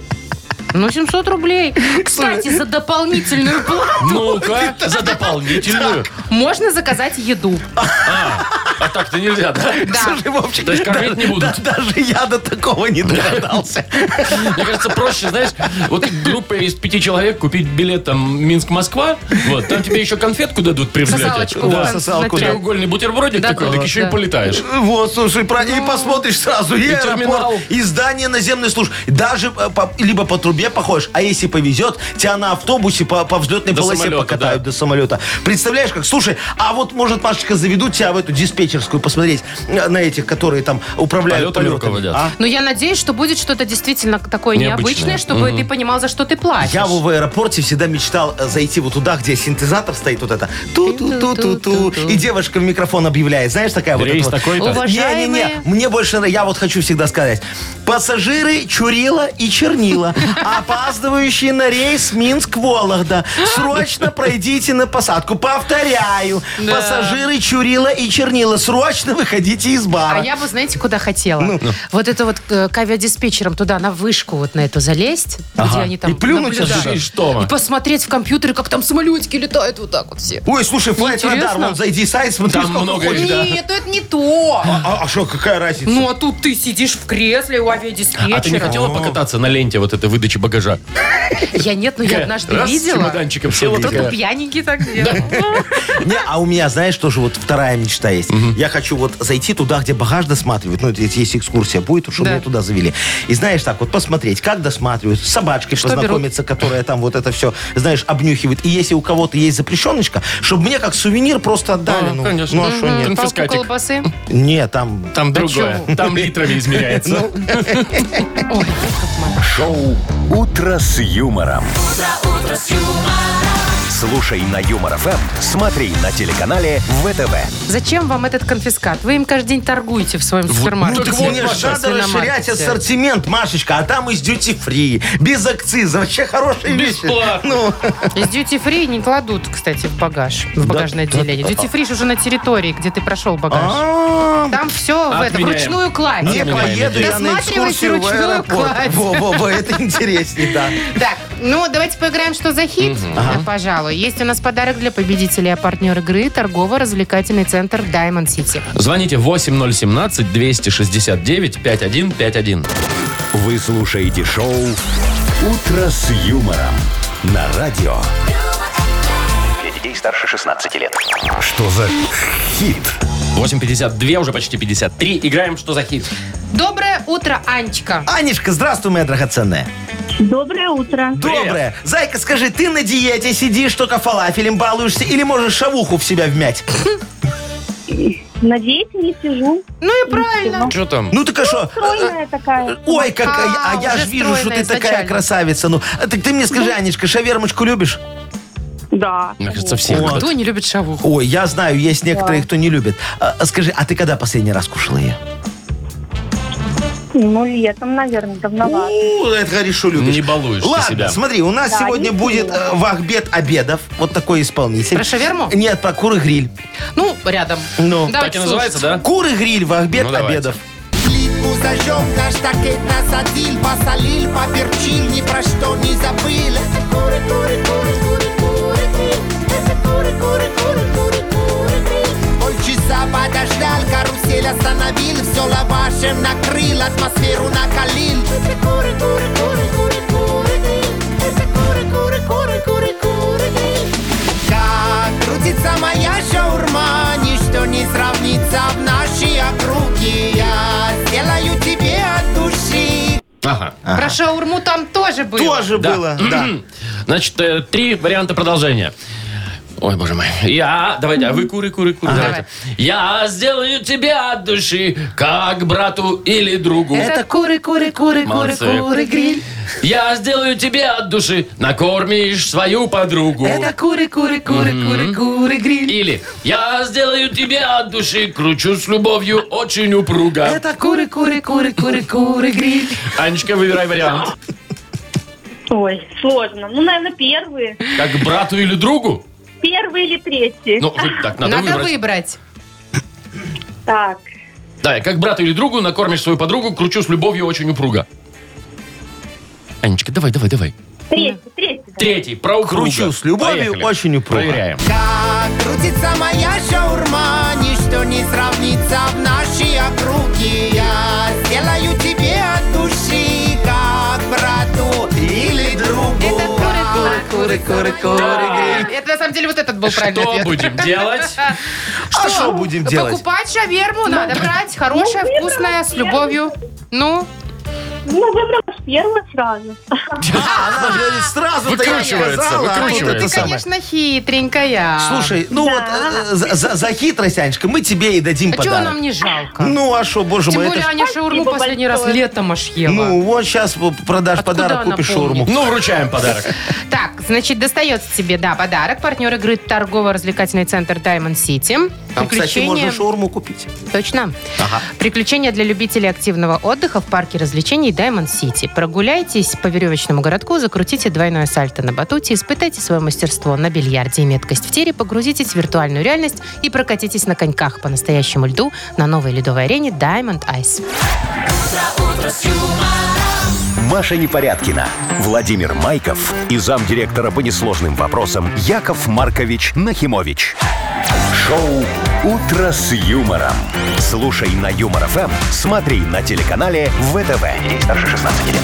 [SPEAKER 3] Ну 700
[SPEAKER 4] *laughs*
[SPEAKER 3] рублей. Кстати, за дополнительную плату
[SPEAKER 4] Ну.
[SPEAKER 2] Ну-ка, за дополнительную.
[SPEAKER 3] можно заказать
[SPEAKER 4] *laughs*
[SPEAKER 3] еду.
[SPEAKER 2] А так-то нельзя, да?
[SPEAKER 3] Да.
[SPEAKER 4] Слушай, Вовчик,
[SPEAKER 2] То есть кормить
[SPEAKER 4] да-
[SPEAKER 2] не будут?
[SPEAKER 4] да- Даже я до такого не догадался.
[SPEAKER 2] *laughs* Мне кажется, проще, знаешь, вот группа из пяти человек купить билет там Минск-Москва, вот, там тебе еще конфетку дадут при взлете.
[SPEAKER 3] Сосалочку.
[SPEAKER 4] Да,
[SPEAKER 3] вот,
[SPEAKER 4] сосалку,
[SPEAKER 3] смотри.
[SPEAKER 2] Треугольный бутербродик
[SPEAKER 3] Да,
[SPEAKER 2] такой,
[SPEAKER 3] да,
[SPEAKER 2] так еще и
[SPEAKER 3] да.
[SPEAKER 2] полетаешь.
[SPEAKER 4] Э, Вот, слушай, про- и посмотришь сразу. И, аэропорт,
[SPEAKER 2] Ну. терминал.
[SPEAKER 4] и здание наземной службы. Даже э, по- либо по трубе походишь, а если повезет, тебя на автобусе по, по взлетной
[SPEAKER 2] До
[SPEAKER 4] полосе
[SPEAKER 2] самолета,
[SPEAKER 4] покатают
[SPEAKER 2] да.
[SPEAKER 4] до самолета. Представляешь, как, слушай, а вот, может, Машечка, заведут тебя в эту диспетчерскую посмотреть э, на этих, которые там управляют
[SPEAKER 2] Полетами
[SPEAKER 4] полетами.
[SPEAKER 2] руководят.
[SPEAKER 4] А?
[SPEAKER 3] Но Ну, я надеюсь, что будет что-то действительно такое
[SPEAKER 2] Необычное.
[SPEAKER 3] необычное, чтобы ты понимал, за что ты платишь.
[SPEAKER 4] А
[SPEAKER 3] А
[SPEAKER 4] Я вот в аэропорте всегда мечтал э, зайти вот туда, где синтезатор стоит, вот это. Ту-ту-ту-ту-ту. И девушка в микрофон объявляет. Знаешь, такая вот эта
[SPEAKER 2] Рейс
[SPEAKER 4] вот.
[SPEAKER 2] такой-то.
[SPEAKER 4] Не-не-не,
[SPEAKER 3] Уважаемые.
[SPEAKER 4] мне больше, нрав- я вот хочу всегда сказать. Пассажиры Чурила и Чернила,
[SPEAKER 3] *laughs*
[SPEAKER 4] опаздывающие на рейс Минск-Вологда, срочно пройдите на посадку. Повторяю, пассажиры Чурила и Чернила, срочно выходите из
[SPEAKER 3] А
[SPEAKER 4] бара.
[SPEAKER 3] я бы, знаете, куда хотела?
[SPEAKER 4] Ну.
[SPEAKER 3] Вот это вот э, к авиадиспетчерам туда, на вышку вот на эту залезть, где они там
[SPEAKER 4] И плюнуть
[SPEAKER 3] наблюдают.
[SPEAKER 4] отсюда.
[SPEAKER 2] И что?
[SPEAKER 3] И посмотреть в компьютере, как там самолетики летают вот так вот все.
[SPEAKER 4] Ой, слушай, Flight
[SPEAKER 3] Интересно.
[SPEAKER 4] Radar, вон, зайди сайт, смотри,
[SPEAKER 2] Там
[SPEAKER 4] сколько
[SPEAKER 2] много
[SPEAKER 4] хочешь.
[SPEAKER 2] их, да.
[SPEAKER 3] Нет, ну это не то.
[SPEAKER 4] А что, какая разница?
[SPEAKER 3] Ну, а тут ты сидишь в кресле у авиадиспетчера.
[SPEAKER 2] А ты не хотела покататься на ленте вот этой выдачи багажа?
[SPEAKER 3] Я нет, но я однажды
[SPEAKER 2] Э, Раз с
[SPEAKER 3] видела.
[SPEAKER 2] чемоданчиком села
[SPEAKER 3] Кто-то
[SPEAKER 2] такая.
[SPEAKER 3] пьяненький так делал.
[SPEAKER 4] Не, а у меня, знаешь, тоже вот вторая мечта есть. Я хочу вот зайти туда, где багаж досматривают. Ну, это если есть экскурсия будет, чтобы
[SPEAKER 3] Да.
[SPEAKER 4] меня туда завели. И знаешь, так вот посмотреть, как досматривают, с собачкой
[SPEAKER 3] Что
[SPEAKER 4] познакомиться, которая там вот это все, знаешь, обнюхивает. И если у кого-то есть запрещеночка, чтобы мне как сувенир просто отдали.
[SPEAKER 2] А,
[SPEAKER 4] ну,
[SPEAKER 2] конечно.
[SPEAKER 4] ну, а что нет?
[SPEAKER 3] Палку
[SPEAKER 2] Конфискатик.
[SPEAKER 3] колбасы.
[SPEAKER 4] Не, там...
[SPEAKER 2] Там другое.
[SPEAKER 3] чего?
[SPEAKER 2] Там литрами
[SPEAKER 3] Ну,
[SPEAKER 2] измеряется.
[SPEAKER 1] Шоу «Утро с юмором».
[SPEAKER 8] утро с юмором,
[SPEAKER 1] Слушай на Юмор ФМ, смотри на телеканале ВТВ.
[SPEAKER 3] Зачем вам этот конфискат? Вы им каждый день торгуете в своем супермаркете.
[SPEAKER 4] Ну, так вот, Маш, надо расширять ассортимент, Машечка, а там из дьюти-фри, без акциза, вообще хорошие вещи.
[SPEAKER 2] Бесплатно.
[SPEAKER 4] Ну,
[SPEAKER 3] Из дьюти-фри не кладут, кстати, в багаж, в багажное отделение. Дьюти-фри же уже на территории, где ты прошел багаж.
[SPEAKER 4] а,
[SPEAKER 3] Там все в этом,
[SPEAKER 2] Отменяем.
[SPEAKER 3] вручную кладь.
[SPEAKER 4] Не
[SPEAKER 2] Отменяем
[SPEAKER 4] поеду
[SPEAKER 2] идею.
[SPEAKER 4] я на
[SPEAKER 3] Досматривайте
[SPEAKER 4] экскурсию в
[SPEAKER 3] ручную
[SPEAKER 4] аэропорт.
[SPEAKER 3] кладь. *laughs*
[SPEAKER 4] Во-во-во, это интереснее, да.
[SPEAKER 3] Так, Ну, давайте поиграем, что за хит, Э, пожалуй. Есть у нас подарок для победителя, а партнер игры – торгово-развлекательный центр Diamond City.
[SPEAKER 2] Звоните 8017-269-5151.
[SPEAKER 1] Вы слушаете шоу «Утро с юмором» на радио.
[SPEAKER 7] Для детей старше 16 лет.
[SPEAKER 1] Что за хит?
[SPEAKER 2] 8.52, уже почти 53. Играем, что за хит?
[SPEAKER 3] Доброе утро, Анечка.
[SPEAKER 4] Анишка, здравствуй, моя драгоценная.
[SPEAKER 9] Доброе утро.
[SPEAKER 4] Доброе. Зайка, скажи, ты на диете сидишь, только фалафелем балуешься или можешь шавуху в себя вмять?
[SPEAKER 9] Надеюсь, не сижу.
[SPEAKER 3] Ну и правильно.
[SPEAKER 2] Что там?
[SPEAKER 4] Ну так а что?
[SPEAKER 9] Стройная такая.
[SPEAKER 4] Ой, какая, а я
[SPEAKER 3] уже
[SPEAKER 4] же вижу, что
[SPEAKER 3] стройная
[SPEAKER 4] ты такая
[SPEAKER 3] изначально.
[SPEAKER 4] красавица. Ну, а так ты мне скажи, Анечка, шавермочку любишь?
[SPEAKER 9] Да.
[SPEAKER 2] Мне кажется, все.
[SPEAKER 4] О.
[SPEAKER 3] Кто не любит шавуху?
[SPEAKER 4] Ой, я знаю, есть некоторые, кто не любит. А, а скажи, а ты когда последний раз кушала ее?
[SPEAKER 9] Ну, летом, наверное, давновато.
[SPEAKER 4] У, это говоришь, что любишь.
[SPEAKER 2] Не балуешь ты
[SPEAKER 4] Ладно,
[SPEAKER 2] себя.
[SPEAKER 4] смотри, у нас
[SPEAKER 9] Да,
[SPEAKER 4] сегодня
[SPEAKER 9] не
[SPEAKER 4] будет
[SPEAKER 9] сильно.
[SPEAKER 4] э, вахбет обедов. Вот такой исполнитель.
[SPEAKER 3] Про шаверму?
[SPEAKER 4] Нет, про куры гриль.
[SPEAKER 3] Ну, рядом.
[SPEAKER 4] Ну.
[SPEAKER 2] Так и
[SPEAKER 3] Давайте
[SPEAKER 2] называется,
[SPEAKER 3] слушать.
[SPEAKER 2] да?
[SPEAKER 4] Куры гриль, вахбет
[SPEAKER 2] Ну, давайте.
[SPEAKER 4] обедов.
[SPEAKER 10] Плитку зажжем, наш такет насадил, посолил, поперчил, ни про что не забыл.
[SPEAKER 8] Это куры, куры, куры, куры, куры, гриль. Это куры, куры, куры, куры, куры, гриль.
[SPEAKER 10] Полчаса подождал, карусель остановил, все лавашем накрыл, атмосферу накалил.
[SPEAKER 8] Это куры, куры, куры, куры, куры, гриль. Это куры, куры, куры, куры, куры, гриль.
[SPEAKER 10] Как крутится моя шаурма, ничто не сравнится в нашей округе. Я сделаю тебе от души.
[SPEAKER 2] Ага.
[SPEAKER 3] Про шаурму там тоже было.
[SPEAKER 4] Тоже
[SPEAKER 2] Да. *clears throat*
[SPEAKER 4] А было. Да.
[SPEAKER 2] Значит, э, три варианта продолжения. Ой, боже мой. Я... Давайте, а вы куры, куры, куры. Давайте. Я сделаю тебя от души, как брату или другу.
[SPEAKER 3] Это куры, куры, куры, куры,
[SPEAKER 2] Молодцы.
[SPEAKER 3] куры, гриль.
[SPEAKER 2] Я сделаю тебе от души, накормишь свою подругу.
[SPEAKER 3] Это куры, куры, куры, куры, куры, гриль.
[SPEAKER 2] Или я сделаю тебе от души, кручу с любовью очень упруга.
[SPEAKER 3] Это куры, куры, куры, куры, куры, гриль.
[SPEAKER 2] Анечка, выбирай вариант.
[SPEAKER 9] Ой, сложно. Ну, наверное, первые.
[SPEAKER 2] Как брату или другу?
[SPEAKER 9] Первый или третий.
[SPEAKER 2] Ну, вот так, надо,
[SPEAKER 3] Надо
[SPEAKER 2] выбрать.
[SPEAKER 3] выбрать.
[SPEAKER 9] Так.
[SPEAKER 2] Да, как брату или другу накормишь свою подругу, кручу с любовью очень упруга. Анечка, давай, давай, давай.
[SPEAKER 9] Третий, третий.
[SPEAKER 2] Третий, про упруга.
[SPEAKER 4] Кручу с любовью
[SPEAKER 2] Поехали.
[SPEAKER 4] очень упруга.
[SPEAKER 2] Проверяем.
[SPEAKER 10] Как крутится моя шаурма, ничто не сравнится в нашей округе. Я сделаю тебе от души, как брату или другу.
[SPEAKER 3] Это
[SPEAKER 4] А,
[SPEAKER 3] куры, куры, куры, куры, куры, гриль. А, Это на самом деле вот этот был правильный
[SPEAKER 2] Что
[SPEAKER 3] ответ.
[SPEAKER 2] будем
[SPEAKER 3] *laughs*
[SPEAKER 2] делать?
[SPEAKER 4] А что будем делать?
[SPEAKER 3] Покупать шаверму надо брать. Хорошая,
[SPEAKER 9] Ну, выбрала
[SPEAKER 3] вкусная, с
[SPEAKER 9] первую.
[SPEAKER 3] любовью. Ну,
[SPEAKER 9] Ну, выбрал первый сразу.
[SPEAKER 4] А, *laughs* она же говорит, сразу
[SPEAKER 2] Выкручивается, выкручивается.
[SPEAKER 4] это
[SPEAKER 3] ты,
[SPEAKER 4] самое.
[SPEAKER 3] конечно, хитренькая.
[SPEAKER 4] Слушай, ну вот э, за, за- за хитрость, Анечка, мы тебе и дадим
[SPEAKER 3] а чего
[SPEAKER 4] подарок.
[SPEAKER 3] нам не жалко?
[SPEAKER 4] Ну а что, боже
[SPEAKER 3] Тем
[SPEAKER 4] мой,
[SPEAKER 3] более
[SPEAKER 4] это ж-
[SPEAKER 3] Аня шаурму
[SPEAKER 9] Спасибо
[SPEAKER 3] последний раз
[SPEAKER 9] большое.
[SPEAKER 3] летом аж ела.
[SPEAKER 4] Ну вот сейчас продашь
[SPEAKER 3] Откуда
[SPEAKER 4] подарок,
[SPEAKER 3] она
[SPEAKER 4] купишь
[SPEAKER 3] помнит?
[SPEAKER 4] шаурму.
[SPEAKER 2] Ну, вручаем подарок.
[SPEAKER 3] Так, значит, достается тебе, да, подарок. Партнер игры торгово-развлекательный центр Diamond City.
[SPEAKER 4] Там, кстати, можно шаурму купить.
[SPEAKER 3] Точно.
[SPEAKER 4] Ага.
[SPEAKER 3] Приключения для любителей активного отдыха в парке развлечений Diamond City. Прогуляйтесь по веревочному городку, закрутите двойное сальто на батуте, испытайте свое мастерство на бильярде и меткость в тире, погрузитесь в виртуальную реальность и прокатитесь на коньках по настоящему льду на новой ледовой арене Diamond Ice.
[SPEAKER 1] Маша Непорядкина, Владимир Майков и замдиректора по несложным вопросам Яков Маркович Нахимович. Шоу «Утро с юмором». Слушай на Юмор ФМ, смотри на телеканале ВТВ. Ей старше 16 лет.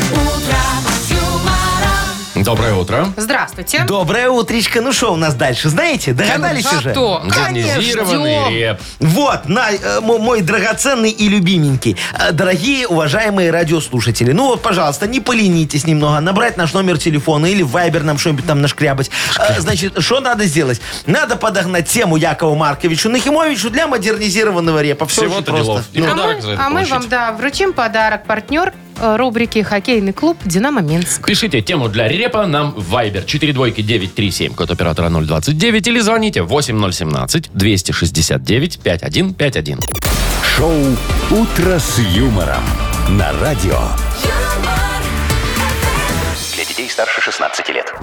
[SPEAKER 2] Доброе утро.
[SPEAKER 3] Здравствуйте.
[SPEAKER 4] Доброе утречко. Ну что у нас дальше, знаете? Догадались
[SPEAKER 3] а
[SPEAKER 4] уже?
[SPEAKER 3] то.
[SPEAKER 2] Гарнизированный
[SPEAKER 3] ждем.
[SPEAKER 2] реп.
[SPEAKER 4] Вот, на, э, мо- мой драгоценный и любименький. Э, Дорогие, уважаемые радиослушатели, ну вот, пожалуйста, не поленитесь немного набрать наш номер телефона или в Вайбер нам что-нибудь там нашкрябать. Э, Значит, что надо сделать? Надо подогнать тему Якову Марковичу Нахимовичу для модернизированного репа. Все
[SPEAKER 2] Всего-то делов. И
[SPEAKER 3] А
[SPEAKER 2] ну, подарок
[SPEAKER 3] мы,
[SPEAKER 2] за это
[SPEAKER 3] а мы
[SPEAKER 2] получите.
[SPEAKER 3] вам, да, вручим подарок. Партнер э, рубрики «Хоккейный клуб» «Динамо Минск».
[SPEAKER 2] Пишите тему для репа нам в Viber 42937, код оператора 029, или звоните 8017-269-5151.
[SPEAKER 1] Шоу «Утро с юмором» на радио.
[SPEAKER 8] Юмор,
[SPEAKER 7] Для детей старше 16 лет.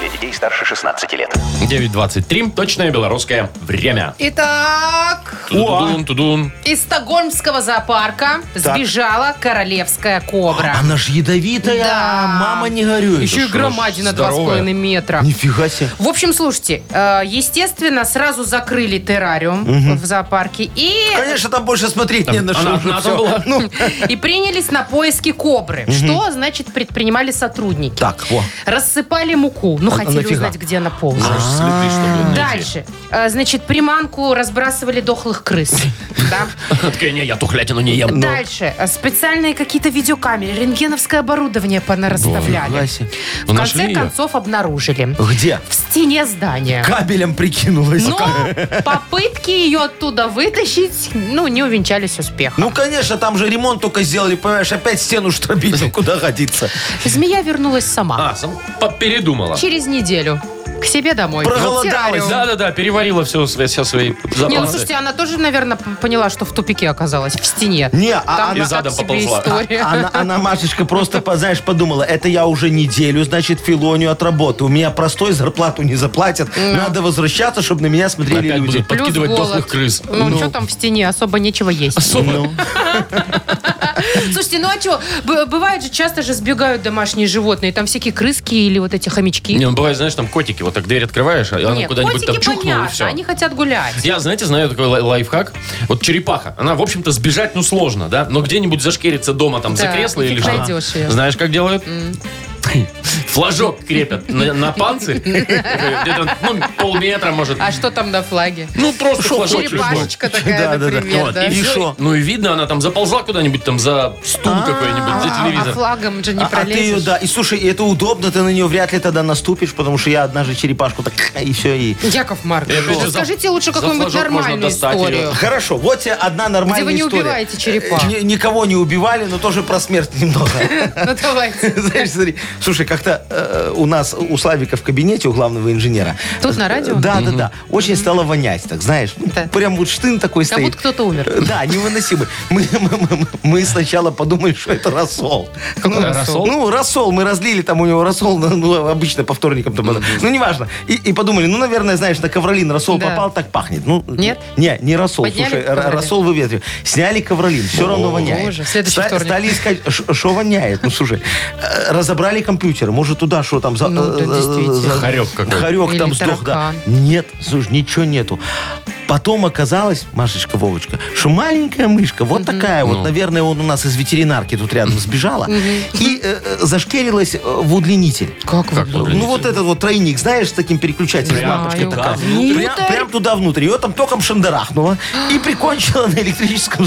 [SPEAKER 7] Для детей старше 16 лет.
[SPEAKER 2] 9.23, точное белорусское время.
[SPEAKER 3] Итак,
[SPEAKER 2] Тудун, тудун.
[SPEAKER 3] Из стокгольмского зоопарка сбежала королевская кобра.
[SPEAKER 4] А, Она ж ядовитая,
[SPEAKER 3] Да.
[SPEAKER 4] мама не горюй.
[SPEAKER 3] Еще и громадина
[SPEAKER 2] здоровая.
[SPEAKER 3] 2,5 метра.
[SPEAKER 4] Нифига себе.
[SPEAKER 3] В общем, слушайте, э, естественно, сразу закрыли террариум в зоопарке и,
[SPEAKER 4] Конечно, там больше смотреть не на
[SPEAKER 2] Она
[SPEAKER 4] что. уже
[SPEAKER 2] одна там
[SPEAKER 4] всё.
[SPEAKER 2] была.
[SPEAKER 4] Ну,
[SPEAKER 3] и принялись на поиски кобры. Что, значит, предпринимали сотрудники?
[SPEAKER 4] Так, во.
[SPEAKER 3] Рассыпали муку. Ну,
[SPEAKER 4] А
[SPEAKER 3] хотели
[SPEAKER 4] нафига?
[SPEAKER 3] узнать, где она ползла.
[SPEAKER 2] Может, следы, что ли, найти? *laughs*
[SPEAKER 3] Дальше. Э, Значит, приманку разбрасывали дохлых крыс.
[SPEAKER 4] *laughs*
[SPEAKER 3] Да?
[SPEAKER 2] Такая, не, я тухлятину не ем.
[SPEAKER 3] Дальше. Э, Специальные какие-то видеокамеры, рентгеновское оборудование понараставляли.
[SPEAKER 4] Нифига себе.
[SPEAKER 3] В
[SPEAKER 2] Ну,
[SPEAKER 3] конце
[SPEAKER 2] нашли её.
[SPEAKER 3] концов обнаружили.
[SPEAKER 4] Где?
[SPEAKER 3] В стене здания.
[SPEAKER 4] Кабелем прикинулась.
[SPEAKER 3] Но попытки ее оттуда вытащить, ну, не увенчались успехом.
[SPEAKER 4] Ну, конечно, там же ремонт только сделали, понимаешь, опять стену штробить, ну, куда годится.
[SPEAKER 3] Змея вернулась сама.
[SPEAKER 2] А, сам по- передумала.
[SPEAKER 3] Через неделю. К себе домой.
[SPEAKER 4] Проголодалась.
[SPEAKER 3] Террариум.
[SPEAKER 2] Да-да-да, переварила все, все свои запасы.
[SPEAKER 3] Не, ну слушайте, она тоже, наверное, поняла, что в тупике оказалась, в стене.
[SPEAKER 4] Не, а
[SPEAKER 3] Там
[SPEAKER 4] она-
[SPEAKER 2] И задом
[SPEAKER 3] так себе
[SPEAKER 2] поползла.
[SPEAKER 3] история.
[SPEAKER 4] *laughs* Она, она, Машечка, просто, по- знаешь, подумала, это я уже неделю, значит, филонию от работы. У меня простой зарплату не заплатят. Надо возвращаться, чтобы на меня смотрели
[SPEAKER 2] Ну. Опять
[SPEAKER 4] люди.
[SPEAKER 2] будут подкидывать
[SPEAKER 3] Плюс голод.
[SPEAKER 2] дохлых крыс.
[SPEAKER 3] Ну, что там в стене, особо нечего есть.
[SPEAKER 4] Ну.
[SPEAKER 3] Слушайте, ну а что, бывает же, часто же сбегают домашние животные, там всякие крыски или вот эти хомячки.
[SPEAKER 2] Не, ну бывает, знаешь, там котики, вот так дверь открываешь, а она
[SPEAKER 3] Нет,
[SPEAKER 2] куда-нибудь там
[SPEAKER 3] котики
[SPEAKER 2] чухнула и
[SPEAKER 3] понятно,
[SPEAKER 2] все.
[SPEAKER 3] они хотят гулять.
[SPEAKER 2] Я, знаете, знаю такой лай- лайфхак. Вот черепаха, она, в общем-то, сбежать, ну, сложно, да? Но где-нибудь зашкерится дома, там, за
[SPEAKER 3] Да,
[SPEAKER 2] кресло
[SPEAKER 3] и
[SPEAKER 2] или
[SPEAKER 3] фиг
[SPEAKER 2] что.
[SPEAKER 3] найдешь её.
[SPEAKER 2] Знаешь, как делают? Флажок крепят на, на
[SPEAKER 3] *laughs*
[SPEAKER 2] панцирь. Где-то, ну, полметра, может.
[SPEAKER 3] А что там на флаге?
[SPEAKER 2] Ну, просто флажочек. любой.
[SPEAKER 3] Черепашечка такая,
[SPEAKER 4] Да-да-да.
[SPEAKER 3] например,
[SPEAKER 2] Вот,
[SPEAKER 3] да?
[SPEAKER 2] и
[SPEAKER 4] И
[SPEAKER 2] всё.
[SPEAKER 4] шо?
[SPEAKER 2] Ну и видно, она там заползла куда-нибудь там за стул какой-нибудь, за
[SPEAKER 3] А, а
[SPEAKER 2] телевизор.
[SPEAKER 3] флагом же не
[SPEAKER 4] А, а ты ее,
[SPEAKER 3] пролезешь.
[SPEAKER 4] да. И слушай, это удобно, ты на нее вряд ли тогда наступишь, потому что я одна же черепашку так *laughs* и все и.
[SPEAKER 3] Яков Маркович,
[SPEAKER 2] Я пишу, за-
[SPEAKER 3] расскажите лучше
[SPEAKER 2] за
[SPEAKER 3] какую-нибудь
[SPEAKER 2] флажок можно
[SPEAKER 3] нормальную
[SPEAKER 2] достать
[SPEAKER 3] историю.
[SPEAKER 2] её.
[SPEAKER 4] Хорошо, вот тебе одна нормальная
[SPEAKER 3] Где вы не
[SPEAKER 4] история.
[SPEAKER 3] убиваете черепах.
[SPEAKER 4] Э, ни- никого не убивали, но тоже про смерть немного. *laughs*
[SPEAKER 3] Ну,
[SPEAKER 2] *laughs*
[SPEAKER 3] давайте.
[SPEAKER 4] Знаешь, смотри, слушай, как-то э, у нас, у Славика в кабинете, у главного инженера.
[SPEAKER 3] Тут на радио?
[SPEAKER 4] Да, да, да. Очень стало вонять, так знаешь. ну,
[SPEAKER 3] Да.
[SPEAKER 4] Прям вот штын такой
[SPEAKER 3] Как
[SPEAKER 4] стоит.
[SPEAKER 3] будто кто-то умер.
[SPEAKER 4] Э, Да, невыносимый. Мы, *laughs* мы- мы- мы сначала подумали, что это рассол. ну,
[SPEAKER 2] рассол?
[SPEAKER 4] Ну, рассол. Мы разлили там у него рассол, ну, ну, обычно по вторникам. Там, Ну, неважно. И, и подумали, ну, наверное, знаешь, на ковролин рассол
[SPEAKER 3] Да.
[SPEAKER 4] попал, так пахнет. Ну,
[SPEAKER 3] Нет?
[SPEAKER 4] Не, не рассол.
[SPEAKER 3] Подняли
[SPEAKER 4] Слушай,
[SPEAKER 3] ковролин?
[SPEAKER 4] р- рассол выветрил. Сняли ковролин, все равно воняет.
[SPEAKER 3] Боже, в следующий
[SPEAKER 4] Ста-
[SPEAKER 3] вторник.
[SPEAKER 4] Стали искать, что воняет. Ну, слушай, э, разобрали компьютер, может, туда что там за...
[SPEAKER 3] Ну, да,
[SPEAKER 4] э, э,
[SPEAKER 3] действительно.
[SPEAKER 4] за-
[SPEAKER 2] Хорек какой-то.
[SPEAKER 4] Хорек там
[SPEAKER 3] Или
[SPEAKER 4] сдох, да.
[SPEAKER 3] таракан.
[SPEAKER 4] Нет, слушай, ничего нету. Потом оказалось, Машечка, Вовочка, что маленькая мышка, вот такая вот, наверное, он у нас из ветеринарки тут рядом сбежала, и э, э, зашкерилась э, в удлинитель.
[SPEAKER 3] Как вы?
[SPEAKER 2] вот,
[SPEAKER 4] Ну вот этот вот тройник, знаешь, с таким переключателем,
[SPEAKER 2] Прям
[SPEAKER 4] лампочка
[SPEAKER 3] туда
[SPEAKER 4] такая.
[SPEAKER 3] внутрь?
[SPEAKER 4] Прям, прям туда внутрь. Ее там током шандарахнуло и прикончила на электрическом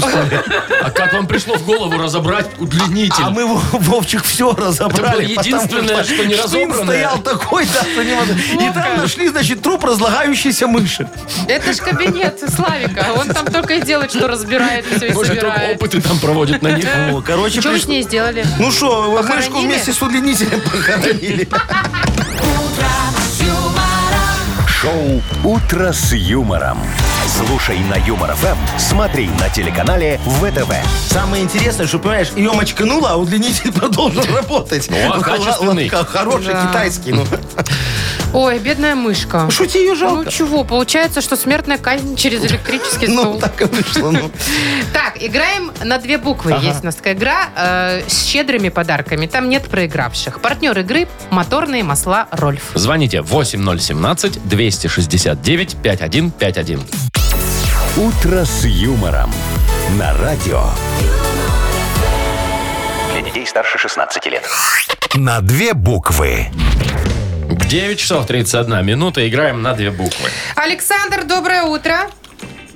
[SPEAKER 3] *laughs*
[SPEAKER 4] стуле.
[SPEAKER 2] А как вам пришло в голову разобрать удлинитель?
[SPEAKER 4] А мы, Вов- Вовчик, все разобрали.
[SPEAKER 2] Это было единственное,
[SPEAKER 4] потому
[SPEAKER 2] что не
[SPEAKER 4] штырь
[SPEAKER 2] разобранное.
[SPEAKER 4] стоял такой, да, что невозможно. И там нашли, значит, труп разлагающейся мыши.
[SPEAKER 3] Это ж кабинет Славика. Он там только и делает, что разбирает все и
[SPEAKER 2] Может, он
[SPEAKER 3] собирает.
[SPEAKER 2] опыты там проводит на них?
[SPEAKER 4] О, короче,
[SPEAKER 3] Что вы
[SPEAKER 4] приш-
[SPEAKER 3] с ней сделали?
[SPEAKER 4] Ну что,
[SPEAKER 3] Похоронили?
[SPEAKER 4] мышку вместе с удлинителем похоронили.
[SPEAKER 1] Шоу «Утро с юмором». Слушай на Юмор ФМ, смотри на телеканале ВТВ.
[SPEAKER 4] Самое интересное, что, понимаешь, ее мочкануло, а удлинитель продолжил работать.
[SPEAKER 2] а
[SPEAKER 4] Ну,
[SPEAKER 2] качественный?
[SPEAKER 4] ладно, Хороший,
[SPEAKER 3] Да.
[SPEAKER 4] китайский. ну.
[SPEAKER 3] Ой, бедная мышка.
[SPEAKER 4] Что тебе ее
[SPEAKER 3] Ну
[SPEAKER 4] жалко?
[SPEAKER 3] чего, получается, что смертная казнь через электрический
[SPEAKER 4] Ну,
[SPEAKER 3] стол.
[SPEAKER 4] так и вышло. ну.
[SPEAKER 3] Так, играем на две буквы. Есть у нас такая игра э, с щедрыми подарками. Там нет проигравших. Партнер игры – моторные масла «Рольф».
[SPEAKER 2] Звоните 8017-269-5151.
[SPEAKER 1] «Утро с юмором» на радио.
[SPEAKER 7] Для детей старше 16 лет.
[SPEAKER 1] На две буквы.
[SPEAKER 2] 9 часов 31 минута. Играем на две буквы.
[SPEAKER 3] Александр, доброе утро.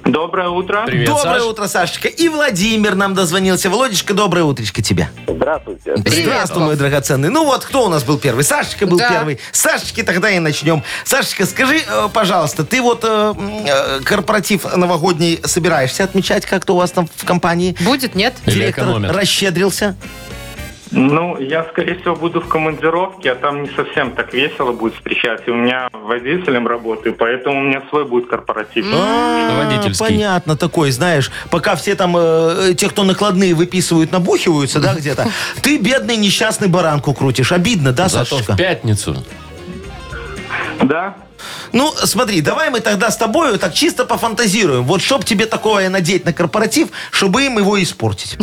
[SPEAKER 5] Доброе утро.
[SPEAKER 2] Привет,
[SPEAKER 4] Доброе
[SPEAKER 2] Саш.
[SPEAKER 4] утро, Сашечка. И Владимир нам дозвонился. Володечка, доброе утречко тебе.
[SPEAKER 5] Здравствуйте.
[SPEAKER 3] Привет.
[SPEAKER 4] Здравствуй, мой драгоценный. Ну вот, кто у нас был первый? Сашечка был
[SPEAKER 3] Да.
[SPEAKER 4] первый. Сашечки тогда и начнем. Сашечка, скажи, э, пожалуйста, ты вот э, м, э, корпоратив новогодний собираешься отмечать как-то у вас там в компании?
[SPEAKER 3] Будет, нет?
[SPEAKER 2] Или
[SPEAKER 4] Директор
[SPEAKER 2] экономят.
[SPEAKER 4] расщедрился?
[SPEAKER 6] Ну, я, скорее всего, буду в командировке, а там не совсем так весело будет встречать. И у меня водителем работаю, поэтому у меня свой будет корпоратив.
[SPEAKER 4] А,
[SPEAKER 2] Водительский.
[SPEAKER 4] Понятно, такой, знаешь, пока все там, э, те, кто накладные выписывают, набухиваются,
[SPEAKER 2] *laughs*
[SPEAKER 4] да, где-то, ты, бедный, несчастный баранку крутишь. Обидно, да,
[SPEAKER 2] Зато
[SPEAKER 4] Сашечка?
[SPEAKER 2] в пятницу.
[SPEAKER 6] Да?
[SPEAKER 4] Ну, смотри, давай мы тогда с тобой вот так чисто пофантазируем. Вот чтоб тебе такое надеть на корпоратив, чтобы им его
[SPEAKER 3] *laughs*
[SPEAKER 4] испортить.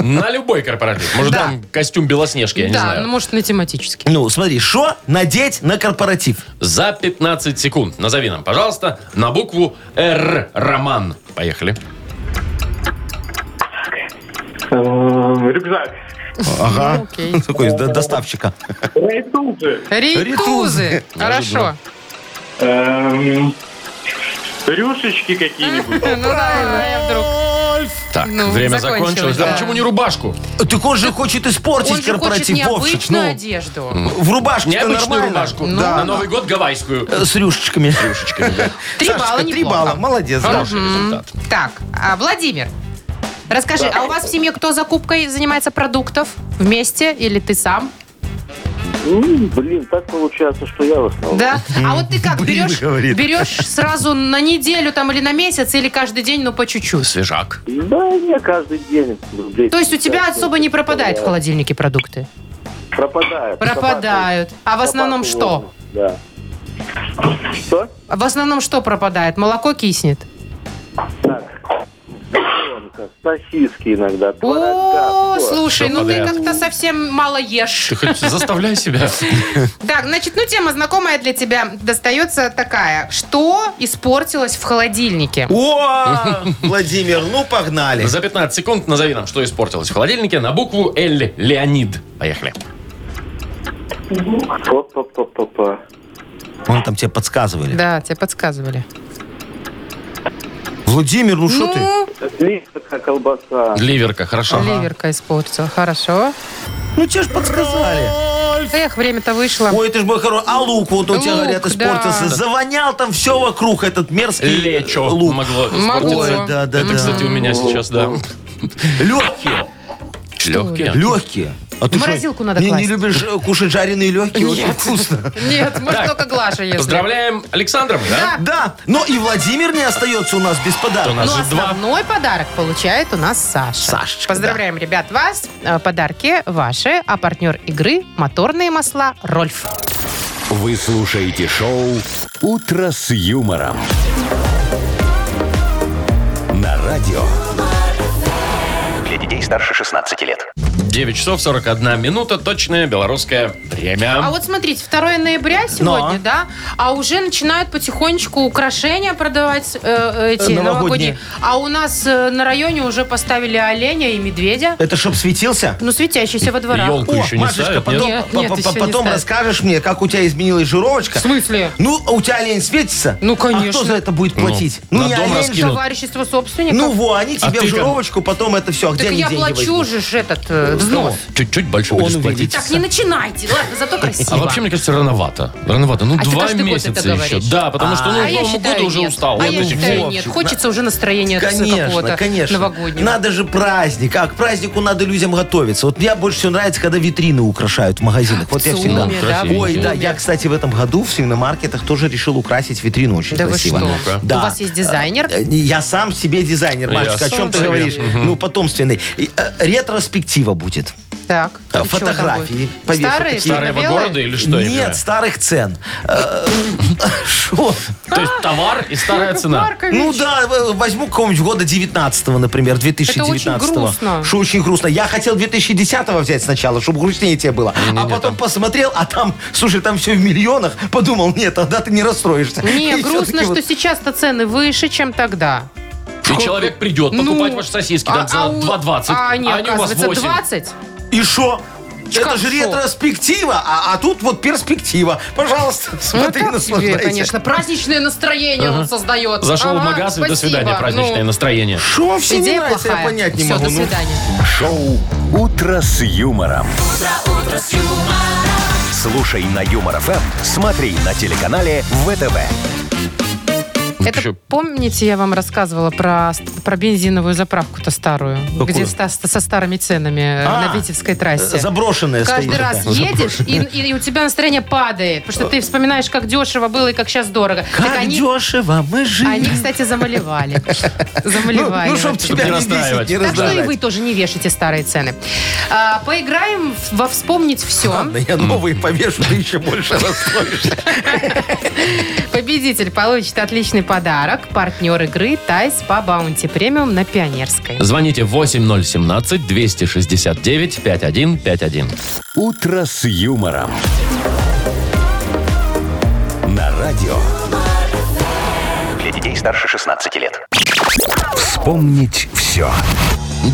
[SPEAKER 2] На любой корпоратив. Может,
[SPEAKER 4] Да.
[SPEAKER 2] там костюм Белоснежки, я не
[SPEAKER 3] да,
[SPEAKER 2] знаю.
[SPEAKER 3] ну может на тематический.
[SPEAKER 4] Ну, смотри, что надеть на корпоратив?
[SPEAKER 2] За 15 секунд назови нам, пожалуйста, на букву «Р» Роман. Поехали.
[SPEAKER 6] Эм, Рюкзак.
[SPEAKER 4] Ага.
[SPEAKER 3] Окей.
[SPEAKER 4] Ну, Такой до- доставщика.
[SPEAKER 6] Рейтузы.
[SPEAKER 3] Ритузы.
[SPEAKER 4] Ритузы.
[SPEAKER 3] Хорошо.
[SPEAKER 6] Эм, Рюшечки какие-нибудь.
[SPEAKER 3] Ну да, я вдруг.
[SPEAKER 2] Так,
[SPEAKER 3] Ну,
[SPEAKER 2] время
[SPEAKER 3] закончилось,
[SPEAKER 2] закончилось. Да
[SPEAKER 3] да.
[SPEAKER 2] почему не рубашку?
[SPEAKER 4] Так он же хочет
[SPEAKER 3] Он
[SPEAKER 4] испортить
[SPEAKER 3] же хочет
[SPEAKER 4] корпоратив, Вовчик.
[SPEAKER 3] необычную
[SPEAKER 4] Ну,
[SPEAKER 3] одежду.
[SPEAKER 4] в рубашку
[SPEAKER 2] Необычную рубашку.
[SPEAKER 3] Ну,
[SPEAKER 2] На
[SPEAKER 4] Да.
[SPEAKER 2] Новый год гавайскую.
[SPEAKER 4] Э, С рюшечками.
[SPEAKER 3] Три
[SPEAKER 4] Сашечка,
[SPEAKER 3] балла
[SPEAKER 4] Три
[SPEAKER 3] неплохо.
[SPEAKER 4] балла. Молодец. да.
[SPEAKER 2] Хороший результат.
[SPEAKER 3] Так, а, Владимир, расскажи, а у вас в семье кто закупкой занимается продуктов? Вместе или ты сам?
[SPEAKER 5] Ну, блин, так получается, что я в основном.
[SPEAKER 3] Да? А вот ты как,
[SPEAKER 4] *laughs* Блин,
[SPEAKER 3] берешь,
[SPEAKER 4] говорит.
[SPEAKER 3] берешь сразу на неделю там или на месяц, или каждый день, ну, по чуть-чуть?
[SPEAKER 2] Свежак.
[SPEAKER 5] Да, я каждый день. рублей
[SPEAKER 3] То есть у тебя
[SPEAKER 5] 50,
[SPEAKER 3] особо не пропадает в холодильнике продукты?
[SPEAKER 5] Пропадает.
[SPEAKER 3] Пропадают. А в основном что?
[SPEAKER 5] Да. Что?
[SPEAKER 3] В основном что пропадает? Молоко киснет?
[SPEAKER 5] Тонко. Сосиски иногда. творога,
[SPEAKER 3] О,
[SPEAKER 5] всё.
[SPEAKER 3] слушай,
[SPEAKER 2] Всё
[SPEAKER 3] ну ты
[SPEAKER 2] подряд.
[SPEAKER 3] как-то совсем мало ешь.
[SPEAKER 2] Ты хоть заставляй себя.
[SPEAKER 3] Так, значит, ну тема знакомая для тебя достается такая. Что испортилось в холодильнике? *laughs*
[SPEAKER 4] О, Владимир, ну погнали.
[SPEAKER 2] За 15 секунд назови нам, что испортилось в холодильнике на букву «Л» Леонид. Поехали.
[SPEAKER 5] Па-па-па-па-па.
[SPEAKER 4] Вон там тебе подсказывали.
[SPEAKER 3] Да, тебе подсказывали.
[SPEAKER 4] Владимир, ну что ты?
[SPEAKER 3] Ну,
[SPEAKER 5] Сливка, колбаса.
[SPEAKER 2] Ливерка, хорошо.
[SPEAKER 3] ливерка испортила. Хорошо.
[SPEAKER 4] Ну тебе же подсказали.
[SPEAKER 3] Эх, время-то вышло.
[SPEAKER 4] Ой, это ж мой хороший. А лук, вот у тебя,
[SPEAKER 3] Лук,
[SPEAKER 4] говорят, испортился.
[SPEAKER 3] да.
[SPEAKER 4] Завонял там все вокруг этот мерзкий
[SPEAKER 2] Лечо
[SPEAKER 4] лук.
[SPEAKER 2] могло
[SPEAKER 3] Могло.
[SPEAKER 2] испортиться.
[SPEAKER 4] Ой, да, да,
[SPEAKER 2] Это,
[SPEAKER 4] да.
[SPEAKER 2] кстати, у меня сейчас, да.
[SPEAKER 4] Легкие.
[SPEAKER 2] Легкие.
[SPEAKER 4] Легкие. А
[SPEAKER 3] В
[SPEAKER 4] шо,
[SPEAKER 3] морозилку надо
[SPEAKER 4] не, не
[SPEAKER 3] класть.
[SPEAKER 4] любишь э, кушать жареные легкие? Очень вкусно.
[SPEAKER 3] Нет, может, только Глаша, если.
[SPEAKER 2] Поздравляем Александра, да?
[SPEAKER 4] Да, но и Владимир не остается у нас без подарка.
[SPEAKER 2] У нас
[SPEAKER 3] Ну,
[SPEAKER 2] же два.
[SPEAKER 3] основной подарок получает у нас Саша.
[SPEAKER 4] Сашечка,
[SPEAKER 3] Поздравляем, ребят, вас. Э, Подарки ваши, а партнер игры – моторные масла «Рольф».
[SPEAKER 1] Вы слушаете шоу «Утро с юмором». На радио.
[SPEAKER 7] Для детей старше 16 лет.
[SPEAKER 2] 9 часов 41 минута, точное белорусское время.
[SPEAKER 3] А вот смотрите, 2 ноября сегодня,
[SPEAKER 4] Но.
[SPEAKER 3] да, а уже начинают потихонечку украшения продавать э, эти
[SPEAKER 4] Новогодние.
[SPEAKER 3] новогодние. А у нас э, на районе уже поставили оленя и медведя,
[SPEAKER 4] Это чтоб светился?
[SPEAKER 3] ну, светящиеся во дворах.
[SPEAKER 2] Ёлку
[SPEAKER 4] О,
[SPEAKER 2] еще не
[SPEAKER 4] Машечка,
[SPEAKER 2] ставят, нет?
[SPEAKER 4] потом,
[SPEAKER 3] Нет,
[SPEAKER 4] по-
[SPEAKER 3] нет,
[SPEAKER 4] по-
[SPEAKER 3] еще не
[SPEAKER 4] потом
[SPEAKER 3] ставят.
[SPEAKER 4] расскажешь мне, как у тебя изменилась
[SPEAKER 3] В
[SPEAKER 4] жировочка.
[SPEAKER 3] смысле?
[SPEAKER 4] Ну, а у тебя олень светится?
[SPEAKER 3] Ну,
[SPEAKER 4] А
[SPEAKER 3] конечно.
[SPEAKER 4] кто за это будет платить? Ну,
[SPEAKER 2] на
[SPEAKER 4] не
[SPEAKER 2] дом
[SPEAKER 4] олень же.
[SPEAKER 2] раскинут.
[SPEAKER 3] Товарищество собственников.
[SPEAKER 4] Ну, во, они
[SPEAKER 2] А
[SPEAKER 4] тебе
[SPEAKER 2] ты
[SPEAKER 4] в
[SPEAKER 2] кому?
[SPEAKER 4] жировочку, потом это все. Где
[SPEAKER 3] так
[SPEAKER 4] они
[SPEAKER 3] я
[SPEAKER 4] деньги
[SPEAKER 3] плачу
[SPEAKER 4] возьмут?
[SPEAKER 3] же ж этот э, взнос.
[SPEAKER 2] Чуть-чуть больше
[SPEAKER 4] Он
[SPEAKER 2] будешь
[SPEAKER 4] увидит.
[SPEAKER 2] платить.
[SPEAKER 3] Так, не начинайте. Ладно, зато красиво.
[SPEAKER 2] А вообще, мне кажется, рановато. Рановато. Ну,
[SPEAKER 3] А ты
[SPEAKER 2] два
[SPEAKER 3] каждый год это
[SPEAKER 2] месяца еще.
[SPEAKER 3] говоришь.
[SPEAKER 2] Да, потому что, ну,
[SPEAKER 3] а
[SPEAKER 2] к
[SPEAKER 3] я
[SPEAKER 2] Новому
[SPEAKER 3] считаю,
[SPEAKER 2] году уже
[SPEAKER 3] нет.
[SPEAKER 2] устал. типа,
[SPEAKER 3] А
[SPEAKER 2] Я
[SPEAKER 3] я
[SPEAKER 2] точно-
[SPEAKER 3] считаю,
[SPEAKER 2] Во.
[SPEAKER 3] нет. Хочется уже настроение
[SPEAKER 4] Конечно,
[SPEAKER 3] какого-то
[SPEAKER 4] конечно.
[SPEAKER 3] новогоднего.
[SPEAKER 4] Надо же праздник. А к празднику надо людям готовиться. Вот мне больше всего нравится, когда витрины украшают в магазинах. Вот я
[SPEAKER 3] ЦУМе,
[SPEAKER 4] всегда.
[SPEAKER 2] Ну,
[SPEAKER 3] да,
[SPEAKER 2] красивенько.
[SPEAKER 4] Ой, да,
[SPEAKER 3] ЦУМе.
[SPEAKER 4] я, кстати, в этом году в свиномаркетах тоже решил украсить витрину очень
[SPEAKER 3] Да вы
[SPEAKER 4] красиво.
[SPEAKER 3] что?
[SPEAKER 2] Ну-ка.
[SPEAKER 4] Да.
[SPEAKER 3] У вас есть дизайнер?
[SPEAKER 4] Э, Я сам себе дизайнер, Машечка. О чем
[SPEAKER 2] сам
[SPEAKER 4] ты
[SPEAKER 2] себе.
[SPEAKER 4] говоришь? Ну, потомственный. И, э, Ретроспектива будет.
[SPEAKER 3] Так.
[SPEAKER 4] А,
[SPEAKER 3] и чё там
[SPEAKER 4] фотографии
[SPEAKER 3] будет?
[SPEAKER 4] повешу
[SPEAKER 3] Старые?
[SPEAKER 4] такие.
[SPEAKER 2] Старого
[SPEAKER 3] черно-белые?
[SPEAKER 2] города или что?
[SPEAKER 4] Нет
[SPEAKER 2] именно?
[SPEAKER 4] старых цен. Э, *laughs* Шо?
[SPEAKER 2] То есть товар и старая цена.
[SPEAKER 3] Маркович.
[SPEAKER 4] Ну да, в- возьму какого-нибудь года 19 например, 2019
[SPEAKER 3] грустно.
[SPEAKER 4] Что очень грустно. Я хотел 2010 взять сначала, чтобы грустнее тебе было. а потом посмотрел, а там, слушай, там все в миллионах. Подумал, нет, тогда ты не расстроишься.
[SPEAKER 3] Не,
[SPEAKER 4] И
[SPEAKER 3] грустно,
[SPEAKER 4] всё-таки
[SPEAKER 3] что
[SPEAKER 4] вот-
[SPEAKER 3] сейчас-то цены выше, чем тогда.
[SPEAKER 2] И человек придет покупать ваши сосиски там за
[SPEAKER 3] у-
[SPEAKER 2] 2,20.
[SPEAKER 3] Ну, А, не,
[SPEAKER 2] они у вас
[SPEAKER 3] оказывается,
[SPEAKER 2] 8.
[SPEAKER 3] 20?
[SPEAKER 4] И шо? Это
[SPEAKER 3] Как
[SPEAKER 4] же
[SPEAKER 3] шо?
[SPEAKER 4] ретроспектива, а, а тут вот перспектива. Пожалуйста,
[SPEAKER 3] Ну,
[SPEAKER 4] смотри,
[SPEAKER 3] так себе,
[SPEAKER 4] наслаждайся.
[SPEAKER 3] конечно. Праздничное настроение он создает.
[SPEAKER 2] Зашел
[SPEAKER 3] Ага,
[SPEAKER 2] в магаз и до
[SPEAKER 3] спасибо.
[SPEAKER 2] свидания, праздничное
[SPEAKER 3] Ну,
[SPEAKER 2] настроение.
[SPEAKER 4] Шо все не
[SPEAKER 3] Идея
[SPEAKER 4] нравится, я
[SPEAKER 3] плохая.
[SPEAKER 4] понять не
[SPEAKER 3] Всё,
[SPEAKER 4] могу.
[SPEAKER 3] до
[SPEAKER 4] Ну,
[SPEAKER 3] свидания.
[SPEAKER 1] Шоу «Утро с юмором». Слушай на Юмор ФМ, смотри на телеканале ВТВ.
[SPEAKER 3] Это
[SPEAKER 2] Чё?
[SPEAKER 3] помните, я вам рассказывала про, ст- про бензиновую заправку-то старую, где ста- ста- со старыми ценами э,
[SPEAKER 4] А,
[SPEAKER 3] на Витебской трассе.
[SPEAKER 4] Заброшенная
[SPEAKER 3] Каждый
[SPEAKER 4] стоит.
[SPEAKER 3] раз
[SPEAKER 4] такая.
[SPEAKER 3] едешь, и, и у тебя настроение падает, потому что ты вспоминаешь, как дешево было и как сейчас дорого. Так
[SPEAKER 4] Как
[SPEAKER 3] они,
[SPEAKER 4] дешево мы
[SPEAKER 3] они,
[SPEAKER 4] жили.
[SPEAKER 3] кстати, замалевали.
[SPEAKER 4] Ну,
[SPEAKER 3] Замалевали.
[SPEAKER 4] ну, чтоб тебя
[SPEAKER 2] не
[SPEAKER 4] не бесить,
[SPEAKER 2] расстраивать.
[SPEAKER 4] не
[SPEAKER 3] так что и
[SPEAKER 4] раздражать.
[SPEAKER 3] вы тоже не вешайте старые цены. А, поиграем в- во «Вспомнить все».
[SPEAKER 4] Ладно, я новые повешу, ты еще
[SPEAKER 2] *laughs*
[SPEAKER 4] больше расстроишься.
[SPEAKER 3] Победитель получит отличный подарок. Партнер игры «Тайс по баунти премиум» на Пионерской.
[SPEAKER 2] Звоните 8017-269-5151.
[SPEAKER 1] «Утро с юмором». На радио.
[SPEAKER 7] Для детей старше 16 лет.
[SPEAKER 1] Вспомнить все.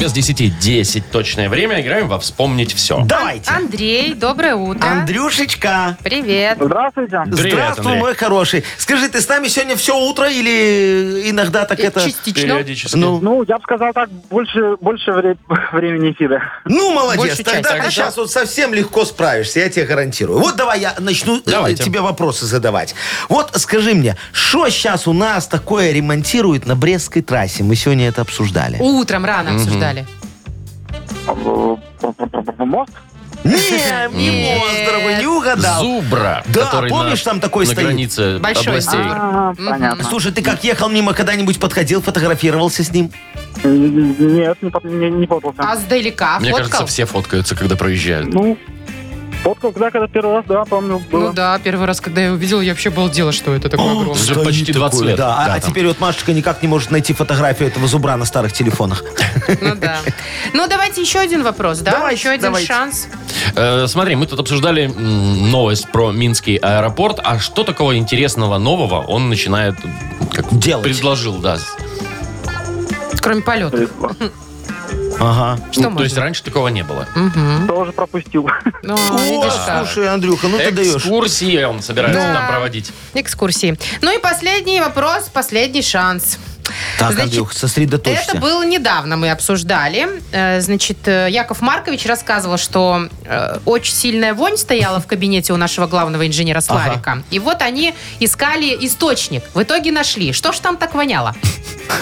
[SPEAKER 2] Без 10 10 точное время. Играем во «Вспомнить все».
[SPEAKER 4] Давайте.
[SPEAKER 3] Андрей, доброе утро.
[SPEAKER 4] Андрюшечка.
[SPEAKER 3] Привет.
[SPEAKER 5] Здравствуйте.
[SPEAKER 2] Привет,
[SPEAKER 4] Здравствуй,
[SPEAKER 2] Андрей.
[SPEAKER 4] мой хороший. Скажи, ты с нами сегодня все утро или иногда
[SPEAKER 3] Э,
[SPEAKER 4] так это...
[SPEAKER 3] Частично.
[SPEAKER 2] Периодически.
[SPEAKER 4] Ну,
[SPEAKER 5] Ну, я бы сказал так, больше, больше вре- времени эфира.
[SPEAKER 4] ну, молодец.
[SPEAKER 3] Большую часть.
[SPEAKER 4] Тогда
[SPEAKER 2] Тогда-
[SPEAKER 4] ты сейчас вот совсем легко справишься, я тебе гарантирую. Вот давай я начну э,
[SPEAKER 2] Давайте.
[SPEAKER 4] тебе вопросы задавать. Вот скажи мне, что сейчас у нас такое ремонтируют на Брестской трассе? Мы сегодня это обсуждали.
[SPEAKER 3] Утром рано обсуждали.
[SPEAKER 5] А Мост?
[SPEAKER 4] Не, не
[SPEAKER 3] Нет.
[SPEAKER 4] мост, дорогой, не угадал.
[SPEAKER 2] Зубра,
[SPEAKER 4] Да,
[SPEAKER 2] который
[SPEAKER 4] помнишь,
[SPEAKER 2] на,
[SPEAKER 4] там такой
[SPEAKER 2] на
[SPEAKER 4] стоит?
[SPEAKER 2] границе
[SPEAKER 3] Большой.
[SPEAKER 2] областей.
[SPEAKER 5] А, понятно.
[SPEAKER 4] Слушай, ты как ехал мимо, когда-нибудь подходил, фотографировался с ним?
[SPEAKER 5] Нет, не, под- не, не подался.
[SPEAKER 3] А сдалека
[SPEAKER 2] Мне кажется,
[SPEAKER 3] фоткал?
[SPEAKER 2] все фоткаются, когда проезжают.
[SPEAKER 5] Ну, вот когда, когда первый раз, да, помню, было.
[SPEAKER 3] Ну да, первый раз, когда я увидел, я вообще обалдела, что это такое огромное.
[SPEAKER 2] Уже почти 20 лет.
[SPEAKER 4] Да, а-
[SPEAKER 2] Да,
[SPEAKER 4] а,
[SPEAKER 2] там.
[SPEAKER 4] теперь вот Машечка никак не может найти фотографию этого зубра на старых телефонах.
[SPEAKER 3] Ну
[SPEAKER 4] *laughs*
[SPEAKER 3] да. Ну давайте еще один вопрос, да?
[SPEAKER 4] Давайте,
[SPEAKER 3] еще один
[SPEAKER 4] давайте.
[SPEAKER 3] шанс.
[SPEAKER 2] Э, смотри, мы тут обсуждали м, новость про Минский аэропорт. А что такого интересного нового он начинает как,
[SPEAKER 4] Делать.
[SPEAKER 2] предложил, да.
[SPEAKER 3] Кроме полета.
[SPEAKER 4] Ага.
[SPEAKER 3] Что
[SPEAKER 2] Ну, то есть
[SPEAKER 3] можно?
[SPEAKER 2] раньше такого не было.
[SPEAKER 5] Тоже пропустил.
[SPEAKER 3] Ну,
[SPEAKER 4] О,
[SPEAKER 3] видишь как.
[SPEAKER 4] слушай, Андрюха, ну ты даешь.
[SPEAKER 2] Экскурсии он собирается
[SPEAKER 3] Да.
[SPEAKER 2] там проводить.
[SPEAKER 3] Экскурсии. Ну и последний вопрос, последний шанс.
[SPEAKER 4] Так,
[SPEAKER 3] Значит,
[SPEAKER 4] Андрюх, сосредоточься.
[SPEAKER 3] Это было недавно, мы обсуждали. Э, Значит, э, Яков Маркович рассказывал, что э, очень сильная вонь стояла в кабинете у нашего главного инженера Славика. И вот они искали источник. В итоге нашли. Что ж там так воняло?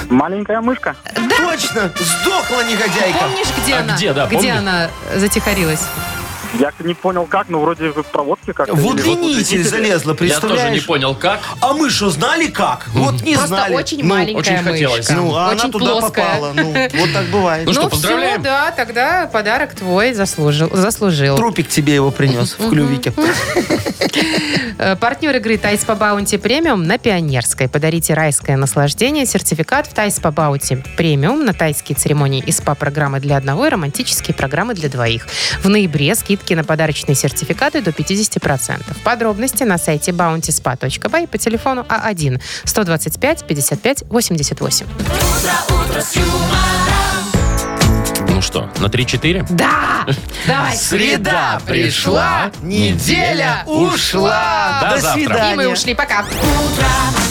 [SPEAKER 5] Маленькая мышка.
[SPEAKER 4] Точно, сдохла негодяйка.
[SPEAKER 3] Помнишь, где
[SPEAKER 2] А
[SPEAKER 3] она?
[SPEAKER 2] где, да,
[SPEAKER 3] где
[SPEAKER 2] помню.
[SPEAKER 3] она затихарилась?
[SPEAKER 5] Я не понял как, но вроде в проводке как-то.
[SPEAKER 4] В
[SPEAKER 5] или вот
[SPEAKER 4] удлинитель залезла,
[SPEAKER 2] Я тоже не
[SPEAKER 4] представляешь?
[SPEAKER 2] понял, как.
[SPEAKER 4] А мы что, знали как? Вот не
[SPEAKER 3] Просто
[SPEAKER 4] знали.
[SPEAKER 3] очень
[SPEAKER 4] Ну,
[SPEAKER 3] маленькая
[SPEAKER 2] очень хотелось.
[SPEAKER 3] мышка.
[SPEAKER 4] Ну, а она
[SPEAKER 3] очень
[SPEAKER 4] туда
[SPEAKER 3] плоская.
[SPEAKER 4] попала. Ну, вот так бывает.
[SPEAKER 2] Ну что,
[SPEAKER 3] всё,
[SPEAKER 2] поздравляем?
[SPEAKER 3] да, тогда подарок твой заслужил. заслужил.
[SPEAKER 4] Ну, Трупик тебе его принес в клювике.
[SPEAKER 3] Э, Партнер игры «Тайс по баунти премиум» на Пионерской. Подарите райское наслаждение, сертификат в «Тайс по баунти премиум» на тайские церемонии и СПА-программы для одного и романтические программы для двоих. В ноябре скидки на подарочные сертификаты до 50%. Подробности на сайте bountyspa.by и по телефону А А1-125-55-88.
[SPEAKER 2] Ну что, на 3-4?
[SPEAKER 3] Да! Давай!
[SPEAKER 4] Среда пришла, неделя ушла.
[SPEAKER 2] До
[SPEAKER 4] До
[SPEAKER 2] завтра.
[SPEAKER 3] И мы
[SPEAKER 4] свидания.
[SPEAKER 3] ушли. Пока!
[SPEAKER 8] утро.